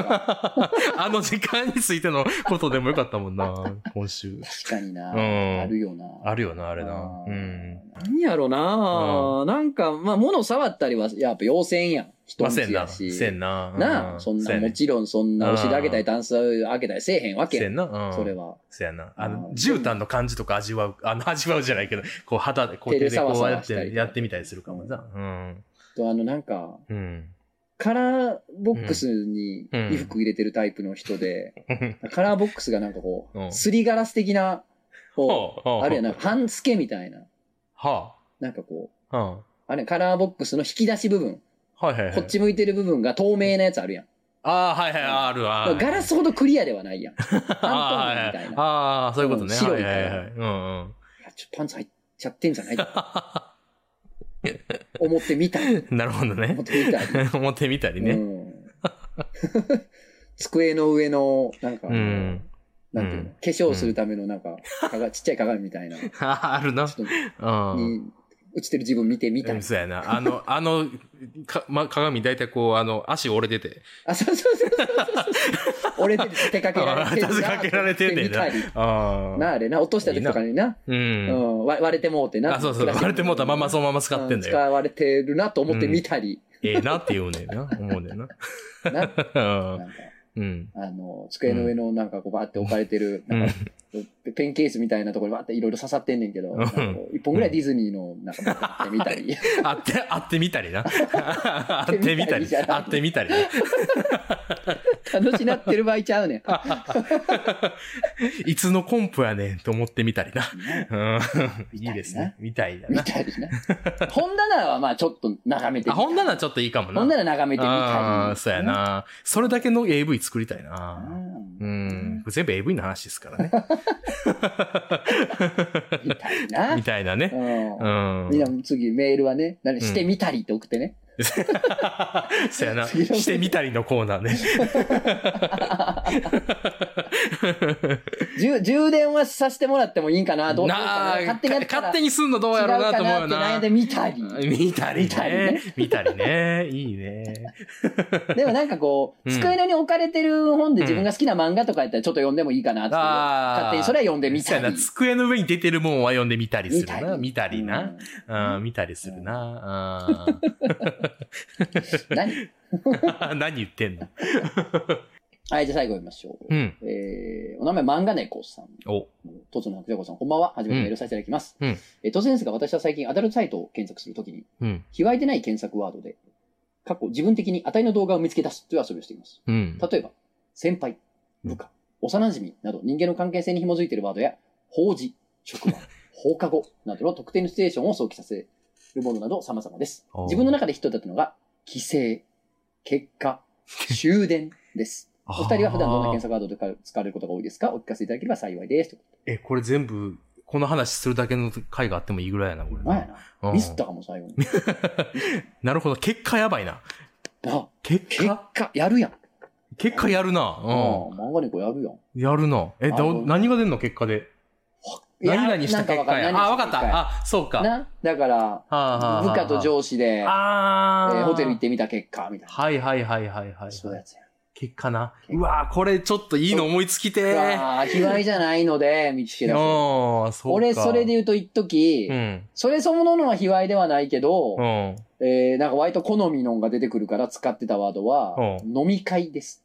Speaker 1: わ。
Speaker 2: あの時間についてのことでもよかったもんな、今週。
Speaker 1: 確かにな。
Speaker 2: うん
Speaker 1: あるよな。
Speaker 2: あるよな、あれな
Speaker 1: あ。
Speaker 2: う
Speaker 1: ー
Speaker 2: ん。
Speaker 1: 何やろな、なんか、まあ、物触ったりは、やっぱ要せんやん。人
Speaker 2: まあ、
Speaker 1: んち
Speaker 2: せんな。
Speaker 1: やし。
Speaker 2: せんな。
Speaker 1: なあ、そんな、もちろんそんな、
Speaker 2: うん
Speaker 1: 押し上げたり、ダンス上げたりせえへんわ
Speaker 2: ろ
Speaker 1: け
Speaker 2: せ
Speaker 1: やん
Speaker 2: んな。うん。
Speaker 1: それ。は。
Speaker 2: せやな。あの
Speaker 1: う、ん
Speaker 2: 絨毯の感じとか味わう。 あの、味わうじゃないけど、こう肌で、こう
Speaker 1: 手
Speaker 2: 手
Speaker 1: で
Speaker 2: でこうやっ
Speaker 1: サワサワしたり
Speaker 2: て、
Speaker 1: とか
Speaker 2: やってみたりするかもな。うん。
Speaker 1: と、あの、なんか、
Speaker 2: うん。
Speaker 1: カラーボックスに衣服入れてるタイプの人で、カラーボックスがなんかこ
Speaker 2: うん
Speaker 1: う、すりガラス的な、こ
Speaker 2: ほうほうほ
Speaker 1: う、
Speaker 2: う
Speaker 1: あるいはなんか半付けみたいな、
Speaker 2: は
Speaker 1: なんかこう、
Speaker 2: あ。うん。は
Speaker 1: あれカラーボックスの引き出し部分、
Speaker 2: いはいはい。
Speaker 1: こっ。ち向いてる部分が透明なやつあるやん。
Speaker 2: ああ、はいはい、あるある。
Speaker 1: ガラスほどクリアではないやん。
Speaker 2: あ
Speaker 1: 半透明
Speaker 2: ー
Speaker 1: みたいな。
Speaker 2: あー、そういうことね。
Speaker 1: うん白い
Speaker 2: はいはいはい。うんうん。
Speaker 1: いやちょっとパンツ入っちゃってんじゃないか。 思ってみたり。
Speaker 2: なるほどね
Speaker 1: 思っ。てみたり。
Speaker 2: 思ってみたり
Speaker 1: う
Speaker 2: ね。
Speaker 1: ん机の上の、なんか、
Speaker 2: うん。
Speaker 1: なんていうの、
Speaker 2: うん
Speaker 1: 化粧するためのなんか、鏡ちっちゃい鏡みたいな、ち
Speaker 2: ああるな。
Speaker 1: ょっと、
Speaker 2: うん。
Speaker 1: に映ってる自分見てみた
Speaker 2: う
Speaker 1: い
Speaker 2: ん、。そうやな。あの、あの、か、ま、鏡大体こう、あの、足折れてて。
Speaker 1: あ、そうそうそうそうそう。俺で立てかけられてるな。
Speaker 2: 立てかけられてんねんな
Speaker 1: 思ってみたり
Speaker 2: あ
Speaker 1: な
Speaker 2: あ。
Speaker 1: あれな、落とした時とかにな、
Speaker 2: う。
Speaker 1: うんん、割割れてもうてな。
Speaker 2: あ、そ うそう。割れてもうたまんまそ
Speaker 1: の
Speaker 2: のまま使ってんだ
Speaker 1: 使
Speaker 2: よ。
Speaker 1: われてるなと思ってみたり、
Speaker 2: ええなって言うねんな。思うねんな。
Speaker 1: な、なんか、
Speaker 2: うん。
Speaker 1: あの、机の上のなんかこうバーって置かれてる、
Speaker 2: う
Speaker 1: なん
Speaker 2: ん
Speaker 1: か。ペペンケースみたいなところにバーっていろいろ刺さってんねんけど、
Speaker 2: うん
Speaker 1: なんかこう一本ぐらいディズニーのなんか持ってみたり。
Speaker 2: あって、あってみたりな。あってみた
Speaker 1: 会ってみたり
Speaker 2: り
Speaker 1: じゃ。ない
Speaker 2: あってみたりな。
Speaker 1: 楽しなってる場合ちゃうね ん。
Speaker 2: いつのコンプやねんと思ってみたりな。うん。
Speaker 1: みたいない
Speaker 2: いですね。みたいだ
Speaker 1: み
Speaker 2: な。
Speaker 1: たいな。本棚はまあちょっと眺めてみた
Speaker 2: あ、
Speaker 1: い
Speaker 2: 本棚ちょっといいかもな。
Speaker 1: 本棚眺めてみた
Speaker 2: ああ、
Speaker 1: り。
Speaker 2: そうや。な。それだけの AV 作りたいな。
Speaker 1: うん
Speaker 2: うん。全部 AV の話ですから ね。
Speaker 1: みたい な
Speaker 2: み。たいなね。う
Speaker 1: うん
Speaker 2: ん
Speaker 1: み。んなも次メールはね、何してみたりって送ってね。
Speaker 2: そうやな。してみたりのコーナーね。
Speaker 1: 充充電はさせてもらってもいいんかなどうしよう
Speaker 2: な
Speaker 1: か
Speaker 2: あ
Speaker 1: な勝手にやったら
Speaker 2: 勝手にすんのどうやろうなと思うよ
Speaker 1: 違かな
Speaker 2: な。
Speaker 1: って悩んでみたり。
Speaker 2: 見たり
Speaker 1: 見たり
Speaker 2: ね
Speaker 1: ね。
Speaker 2: 見たりね。いいね。
Speaker 1: でもなんかこう、
Speaker 2: うん
Speaker 1: 机の上に置かれてる本で自分が好きな漫画とかやったらちょっと読んでもいいかなっていう、
Speaker 2: あー
Speaker 1: 勝手にそれは読んでみ
Speaker 2: そう
Speaker 1: た
Speaker 2: やな。
Speaker 1: り。
Speaker 2: 机の上に出てるもんは読んでみたりするな。見
Speaker 1: 見
Speaker 2: たりな。
Speaker 1: ん
Speaker 2: うん、見たりするな。うん
Speaker 1: うん何
Speaker 2: 何言ってん の
Speaker 1: はい、じゃあ最後読みましょう。
Speaker 2: うん。
Speaker 1: えー、お名前、漫画猫さん。
Speaker 2: お。
Speaker 1: とつの白さん、こんばんは。初めてメールさせていただきます。
Speaker 2: うんうん
Speaker 1: えー突然ですが、私は最近アダルトサイトを検索するときに、
Speaker 2: うん。
Speaker 1: 卑猥でない検索ワードで、過去自分的に値の動画を見つけ出すという遊びをしています。
Speaker 2: うん。
Speaker 1: 例えば、先輩、部下、幼馴染など人間の関係性に紐づいているワードや、法事、 職場、放課後などの特定のシチュエーションを想起させるものなど様々です
Speaker 2: おう。
Speaker 1: 自分の中でヒットだったのが、帰省、結 果、終電です。お二人は普段どんな検
Speaker 2: 索
Speaker 1: 索ワードでか使われることが多いですかお聞かせいただければ幸いです。
Speaker 2: え、これ全部、この話するだけの回があってもいいぐらいやな、これ。
Speaker 1: なんやな。
Speaker 2: うん
Speaker 1: ミスったかも、最後に。
Speaker 2: なるほど。結果やばいな。
Speaker 1: あ、
Speaker 2: 結
Speaker 1: 結
Speaker 2: 果
Speaker 1: 果、やるやん。
Speaker 2: 結果やるな。
Speaker 1: ああ、漫画猫やるやん。
Speaker 2: うん。やるな。え、
Speaker 1: あ
Speaker 2: だ
Speaker 1: の
Speaker 2: 何が出んの結果で。何々した結果や。あ、わかった。あ、そうか。
Speaker 1: な、だから、
Speaker 2: あー
Speaker 1: 部下と上司で、え
Speaker 2: あー
Speaker 1: ーホテル行ってみた結果、みたい
Speaker 2: はいはいはいはいはい。
Speaker 1: な。そういうやつや。
Speaker 2: 結果な。うわーこれちょっといいの思いつきてー。
Speaker 1: ああ、卑猥じゃないので、見つけ出す。
Speaker 2: ああ、そうか。
Speaker 1: 俺、それで言うと、一時、
Speaker 2: うん。
Speaker 1: それそのものは卑猥ではないけど、
Speaker 2: うん。
Speaker 1: えー、なんか割と好みのんが出てくるから使ってたワードは、飲み会 です。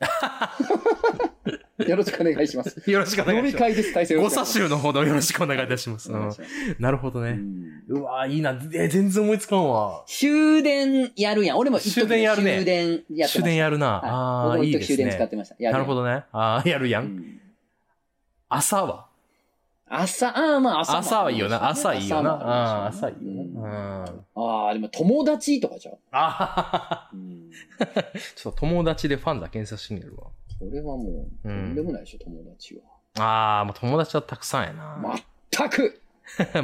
Speaker 1: よろしくお願いします。
Speaker 2: よろしくお
Speaker 1: 飲
Speaker 2: 願い
Speaker 1: み
Speaker 2: します。
Speaker 1: 会です、大勢
Speaker 2: ご差しのほどよろしくお願いいたします。うんなるほどね。うわーいいな。え、全然思いつかんわ。
Speaker 1: 終電やるやん。俺も一時
Speaker 2: 終電やるね
Speaker 1: 終電やってまし
Speaker 2: 終電
Speaker 1: た。
Speaker 2: やるな。あ
Speaker 1: は
Speaker 2: あ
Speaker 1: い、僕
Speaker 2: ー、
Speaker 1: も
Speaker 2: いい
Speaker 1: 一
Speaker 2: で
Speaker 1: 時
Speaker 2: す
Speaker 1: 終電使っ
Speaker 2: ね。
Speaker 1: てました。やる
Speaker 2: な
Speaker 1: や
Speaker 2: る
Speaker 1: ん
Speaker 2: ほどね。ああ、やるや。
Speaker 1: うんん
Speaker 2: 朝は
Speaker 1: 朝、ああ、まあ朝もありましたね。
Speaker 2: 朝はいいよな。朝いいよな。ああー、朝
Speaker 1: 朝
Speaker 2: い
Speaker 1: もあり
Speaker 2: い
Speaker 1: ま
Speaker 2: よ
Speaker 1: したね
Speaker 2: な。うん。
Speaker 1: ああ、でも友達とかじゃん。
Speaker 2: あははは
Speaker 1: うん。
Speaker 2: ちょっと友達でファンザ検索してみるわ。
Speaker 1: これはもう、と
Speaker 2: うん
Speaker 1: んでもないでしょ、友達
Speaker 2: ああ、まあ友達はたくさんやな。
Speaker 1: は。全く
Speaker 2: 全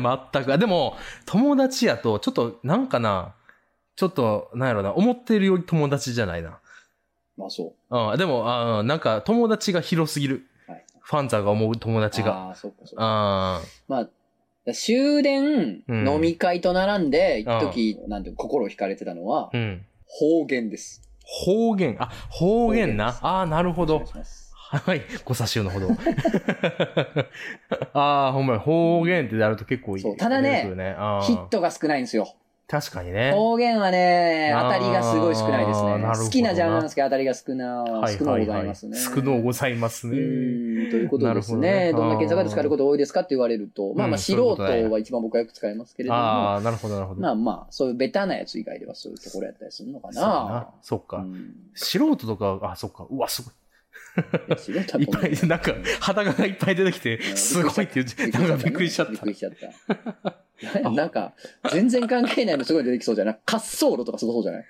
Speaker 2: く。あでも、友達やと、ちょっと、なんかな、ちょっと、なんやろな、思ってるより友達じゃないな。
Speaker 1: まあそ
Speaker 2: うん、でも、あーなんか、友達が広すぎる。
Speaker 1: う。はい。
Speaker 2: ファンザが思う友達が。
Speaker 1: ああ、そっかそっか。
Speaker 2: あ
Speaker 1: まあ、終電、
Speaker 2: うん
Speaker 1: 飲み会と並んで、一時、なんていうの心惹かれてたのは
Speaker 2: ー、うん。
Speaker 1: 方言です。
Speaker 2: 方言。あ、方言
Speaker 1: 方言で
Speaker 2: な。
Speaker 1: す
Speaker 2: ああー、なるほ
Speaker 1: お願
Speaker 2: ど
Speaker 1: い。します
Speaker 2: はい。ご差しのほど。 ああ、ほんまに、方言ってなると結構いい。
Speaker 1: そうただね
Speaker 2: 出てくるあー
Speaker 1: ヒットが少ないんですよ。
Speaker 2: 確かにね。
Speaker 1: 方言はね、
Speaker 2: あー
Speaker 1: 当たりがすごい少ないです
Speaker 2: なるほど
Speaker 1: ね
Speaker 2: な。
Speaker 1: 好きなジャンルなんですけど、当たりが少な、少のうございますね。
Speaker 2: 少のうございますね。
Speaker 1: うんということです
Speaker 2: な
Speaker 1: ね。
Speaker 2: るほ
Speaker 1: ど
Speaker 2: どね
Speaker 1: んな検査が使えること多いですかって言われると、まあまあ
Speaker 2: うん
Speaker 1: 素
Speaker 2: そういう
Speaker 1: 人
Speaker 2: ことね
Speaker 1: は一番僕はよく使いますけれども、
Speaker 2: ああ、なるほど、なるほど。
Speaker 1: まあまあ、そういうベタなやつ以外ではそういうところやったりするのか
Speaker 2: そうやな
Speaker 1: な。
Speaker 2: そっか、
Speaker 1: うん
Speaker 2: 素人とか、あ、そっか。うわ、すごい。
Speaker 1: いや素人
Speaker 2: いっぱい、なん か、肌がいっぱい出てきて、
Speaker 1: ん
Speaker 2: すごいって言って、なんかびっくりしちゃった
Speaker 1: びっ。くりしちゃった。ななんか、全然関係ないのすごい出てきそうじゃない滑走路とかそうそうじゃない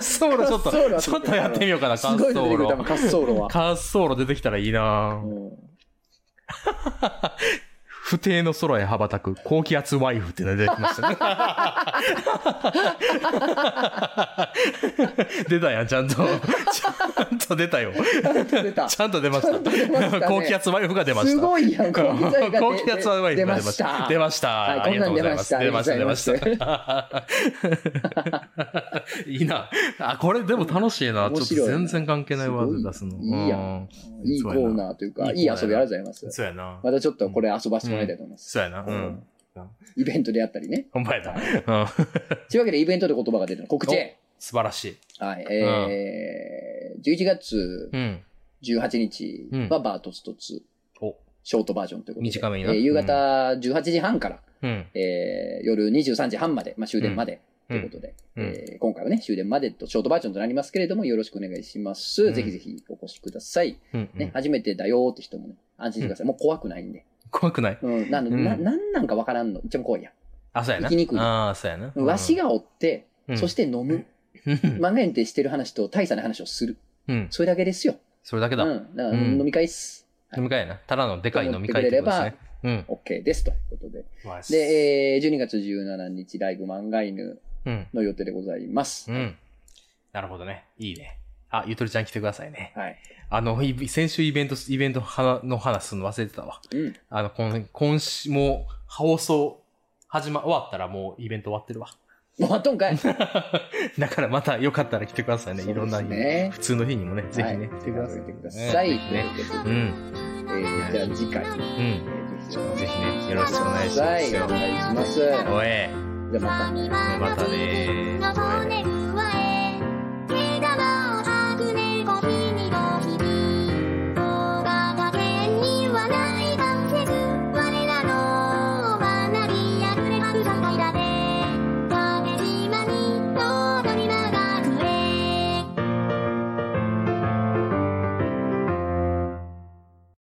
Speaker 2: そうちょっと、
Speaker 1: 滑走路は
Speaker 2: ちょっとやってみようかな、
Speaker 1: す
Speaker 2: 滑
Speaker 1: ごい
Speaker 2: 走
Speaker 1: 出てくる、
Speaker 2: 路
Speaker 1: 多。分滑走路 は。
Speaker 2: 滑走路出てきたらいいな
Speaker 1: う
Speaker 2: ぁ
Speaker 1: ん
Speaker 2: 不定の空へ羽ばたく高気圧ワイフっていうのが出てき ましたね。出たやん、ちゃんと。ちゃんと出たよ。
Speaker 1: 出た。
Speaker 2: ちゃんと出まし
Speaker 1: ちゃんと出ましたね
Speaker 2: た。高気圧ワイフが出ました。
Speaker 1: すごいやん、高気圧が出
Speaker 2: 高気圧は
Speaker 1: 出ました。
Speaker 2: 出ました。
Speaker 1: はい
Speaker 2: ありがとうございます。
Speaker 1: こん
Speaker 2: 出
Speaker 1: な
Speaker 2: ま
Speaker 1: ん
Speaker 2: した、
Speaker 1: 出
Speaker 2: 出
Speaker 1: ま
Speaker 2: ま
Speaker 1: し
Speaker 2: したた。 いいな。あ、これでも楽しいな。ちょ
Speaker 1: 面
Speaker 2: っと
Speaker 1: 白いな
Speaker 2: 全然関係ないワード出すの。
Speaker 1: すごいないいやん
Speaker 2: うん
Speaker 1: いいコーナーというか、い
Speaker 2: い
Speaker 1: い
Speaker 2: い
Speaker 1: 遊
Speaker 2: コーナ
Speaker 1: びあ
Speaker 2: ー
Speaker 1: りがとうございます。
Speaker 2: そうやな。
Speaker 1: またちょっとこれ遊ばせてもらいたいと思います。
Speaker 2: そうやな。う
Speaker 1: うん
Speaker 2: ん。
Speaker 1: イベントであったりね。
Speaker 2: ほんまやな。うん
Speaker 1: というわけで、イベントで言葉が出たの。告知。は
Speaker 2: 素晴らしい。
Speaker 1: い。えー、11月
Speaker 2: うん。
Speaker 1: 18日はバートツトツ、
Speaker 2: お、
Speaker 1: ショートバージョンということで。
Speaker 2: 短めにな
Speaker 1: えー夕方18時半から、
Speaker 2: うん。
Speaker 1: えー夜23時半まで、まあ、終電まで。ということで、
Speaker 2: うんうん
Speaker 1: えー今回はね、終電までとショートバージョンとなりますけれども、よろしくお願いします。
Speaker 2: うん
Speaker 1: ぜひぜひお越しください。
Speaker 2: うんう
Speaker 1: ね、
Speaker 2: ん。
Speaker 1: 初めてだよーって人もね、安心してください。もう怖くないんで。
Speaker 2: 怖くない
Speaker 1: うん、なの、
Speaker 2: うん
Speaker 1: な、なんなんかわからんの。一番怖いや
Speaker 2: あ、そうやな。
Speaker 1: 生きにくい
Speaker 2: ああ、そうやな。
Speaker 1: ん。わしがおって、
Speaker 2: うん、
Speaker 1: そして飲む。
Speaker 2: うん、
Speaker 1: 漫画園ってしてる話と大差な話をする。
Speaker 2: うん。
Speaker 1: それだけですよ。
Speaker 2: それだけ
Speaker 1: う
Speaker 2: だ。
Speaker 1: ん。だから
Speaker 2: うん
Speaker 1: 飲み会っす。
Speaker 2: 飲み会やな。ただのでかい飲み会ってことですね。うん。
Speaker 1: OK です。ということで。
Speaker 2: わし
Speaker 1: で、えー12月17日、ライブ漫画犬
Speaker 2: うん。
Speaker 1: の予定でございます。
Speaker 2: うん。なるほどね。いいね。あ、ゆとりちゃん来てくださいね。
Speaker 1: はい。
Speaker 2: あの、い先週イベント、イベントはの話するの忘れてたわ。
Speaker 1: うん。
Speaker 2: あの、今今週、もう、放送、始ま、終わったらもうイベント終わってるわ。
Speaker 1: もうあっとんかい。
Speaker 2: だからまたよかったら来てくださいね。
Speaker 1: そうですね
Speaker 2: いろんな日、普通の日にもね、ぜひね、
Speaker 1: はい
Speaker 2: 来てください。
Speaker 1: 来てください。
Speaker 2: ねぜひね
Speaker 1: ということ
Speaker 2: う
Speaker 1: で
Speaker 2: ん。
Speaker 1: えーじゃあ次回、
Speaker 2: う
Speaker 1: え
Speaker 2: ん。
Speaker 1: ーぜ
Speaker 2: ぜひね、よろしくお願いし
Speaker 1: ひ、は
Speaker 2: ま
Speaker 1: い、
Speaker 2: す
Speaker 1: お
Speaker 2: よ。
Speaker 1: 願いします。
Speaker 2: おえ、
Speaker 1: じゃあまた。
Speaker 2: またねー。おえ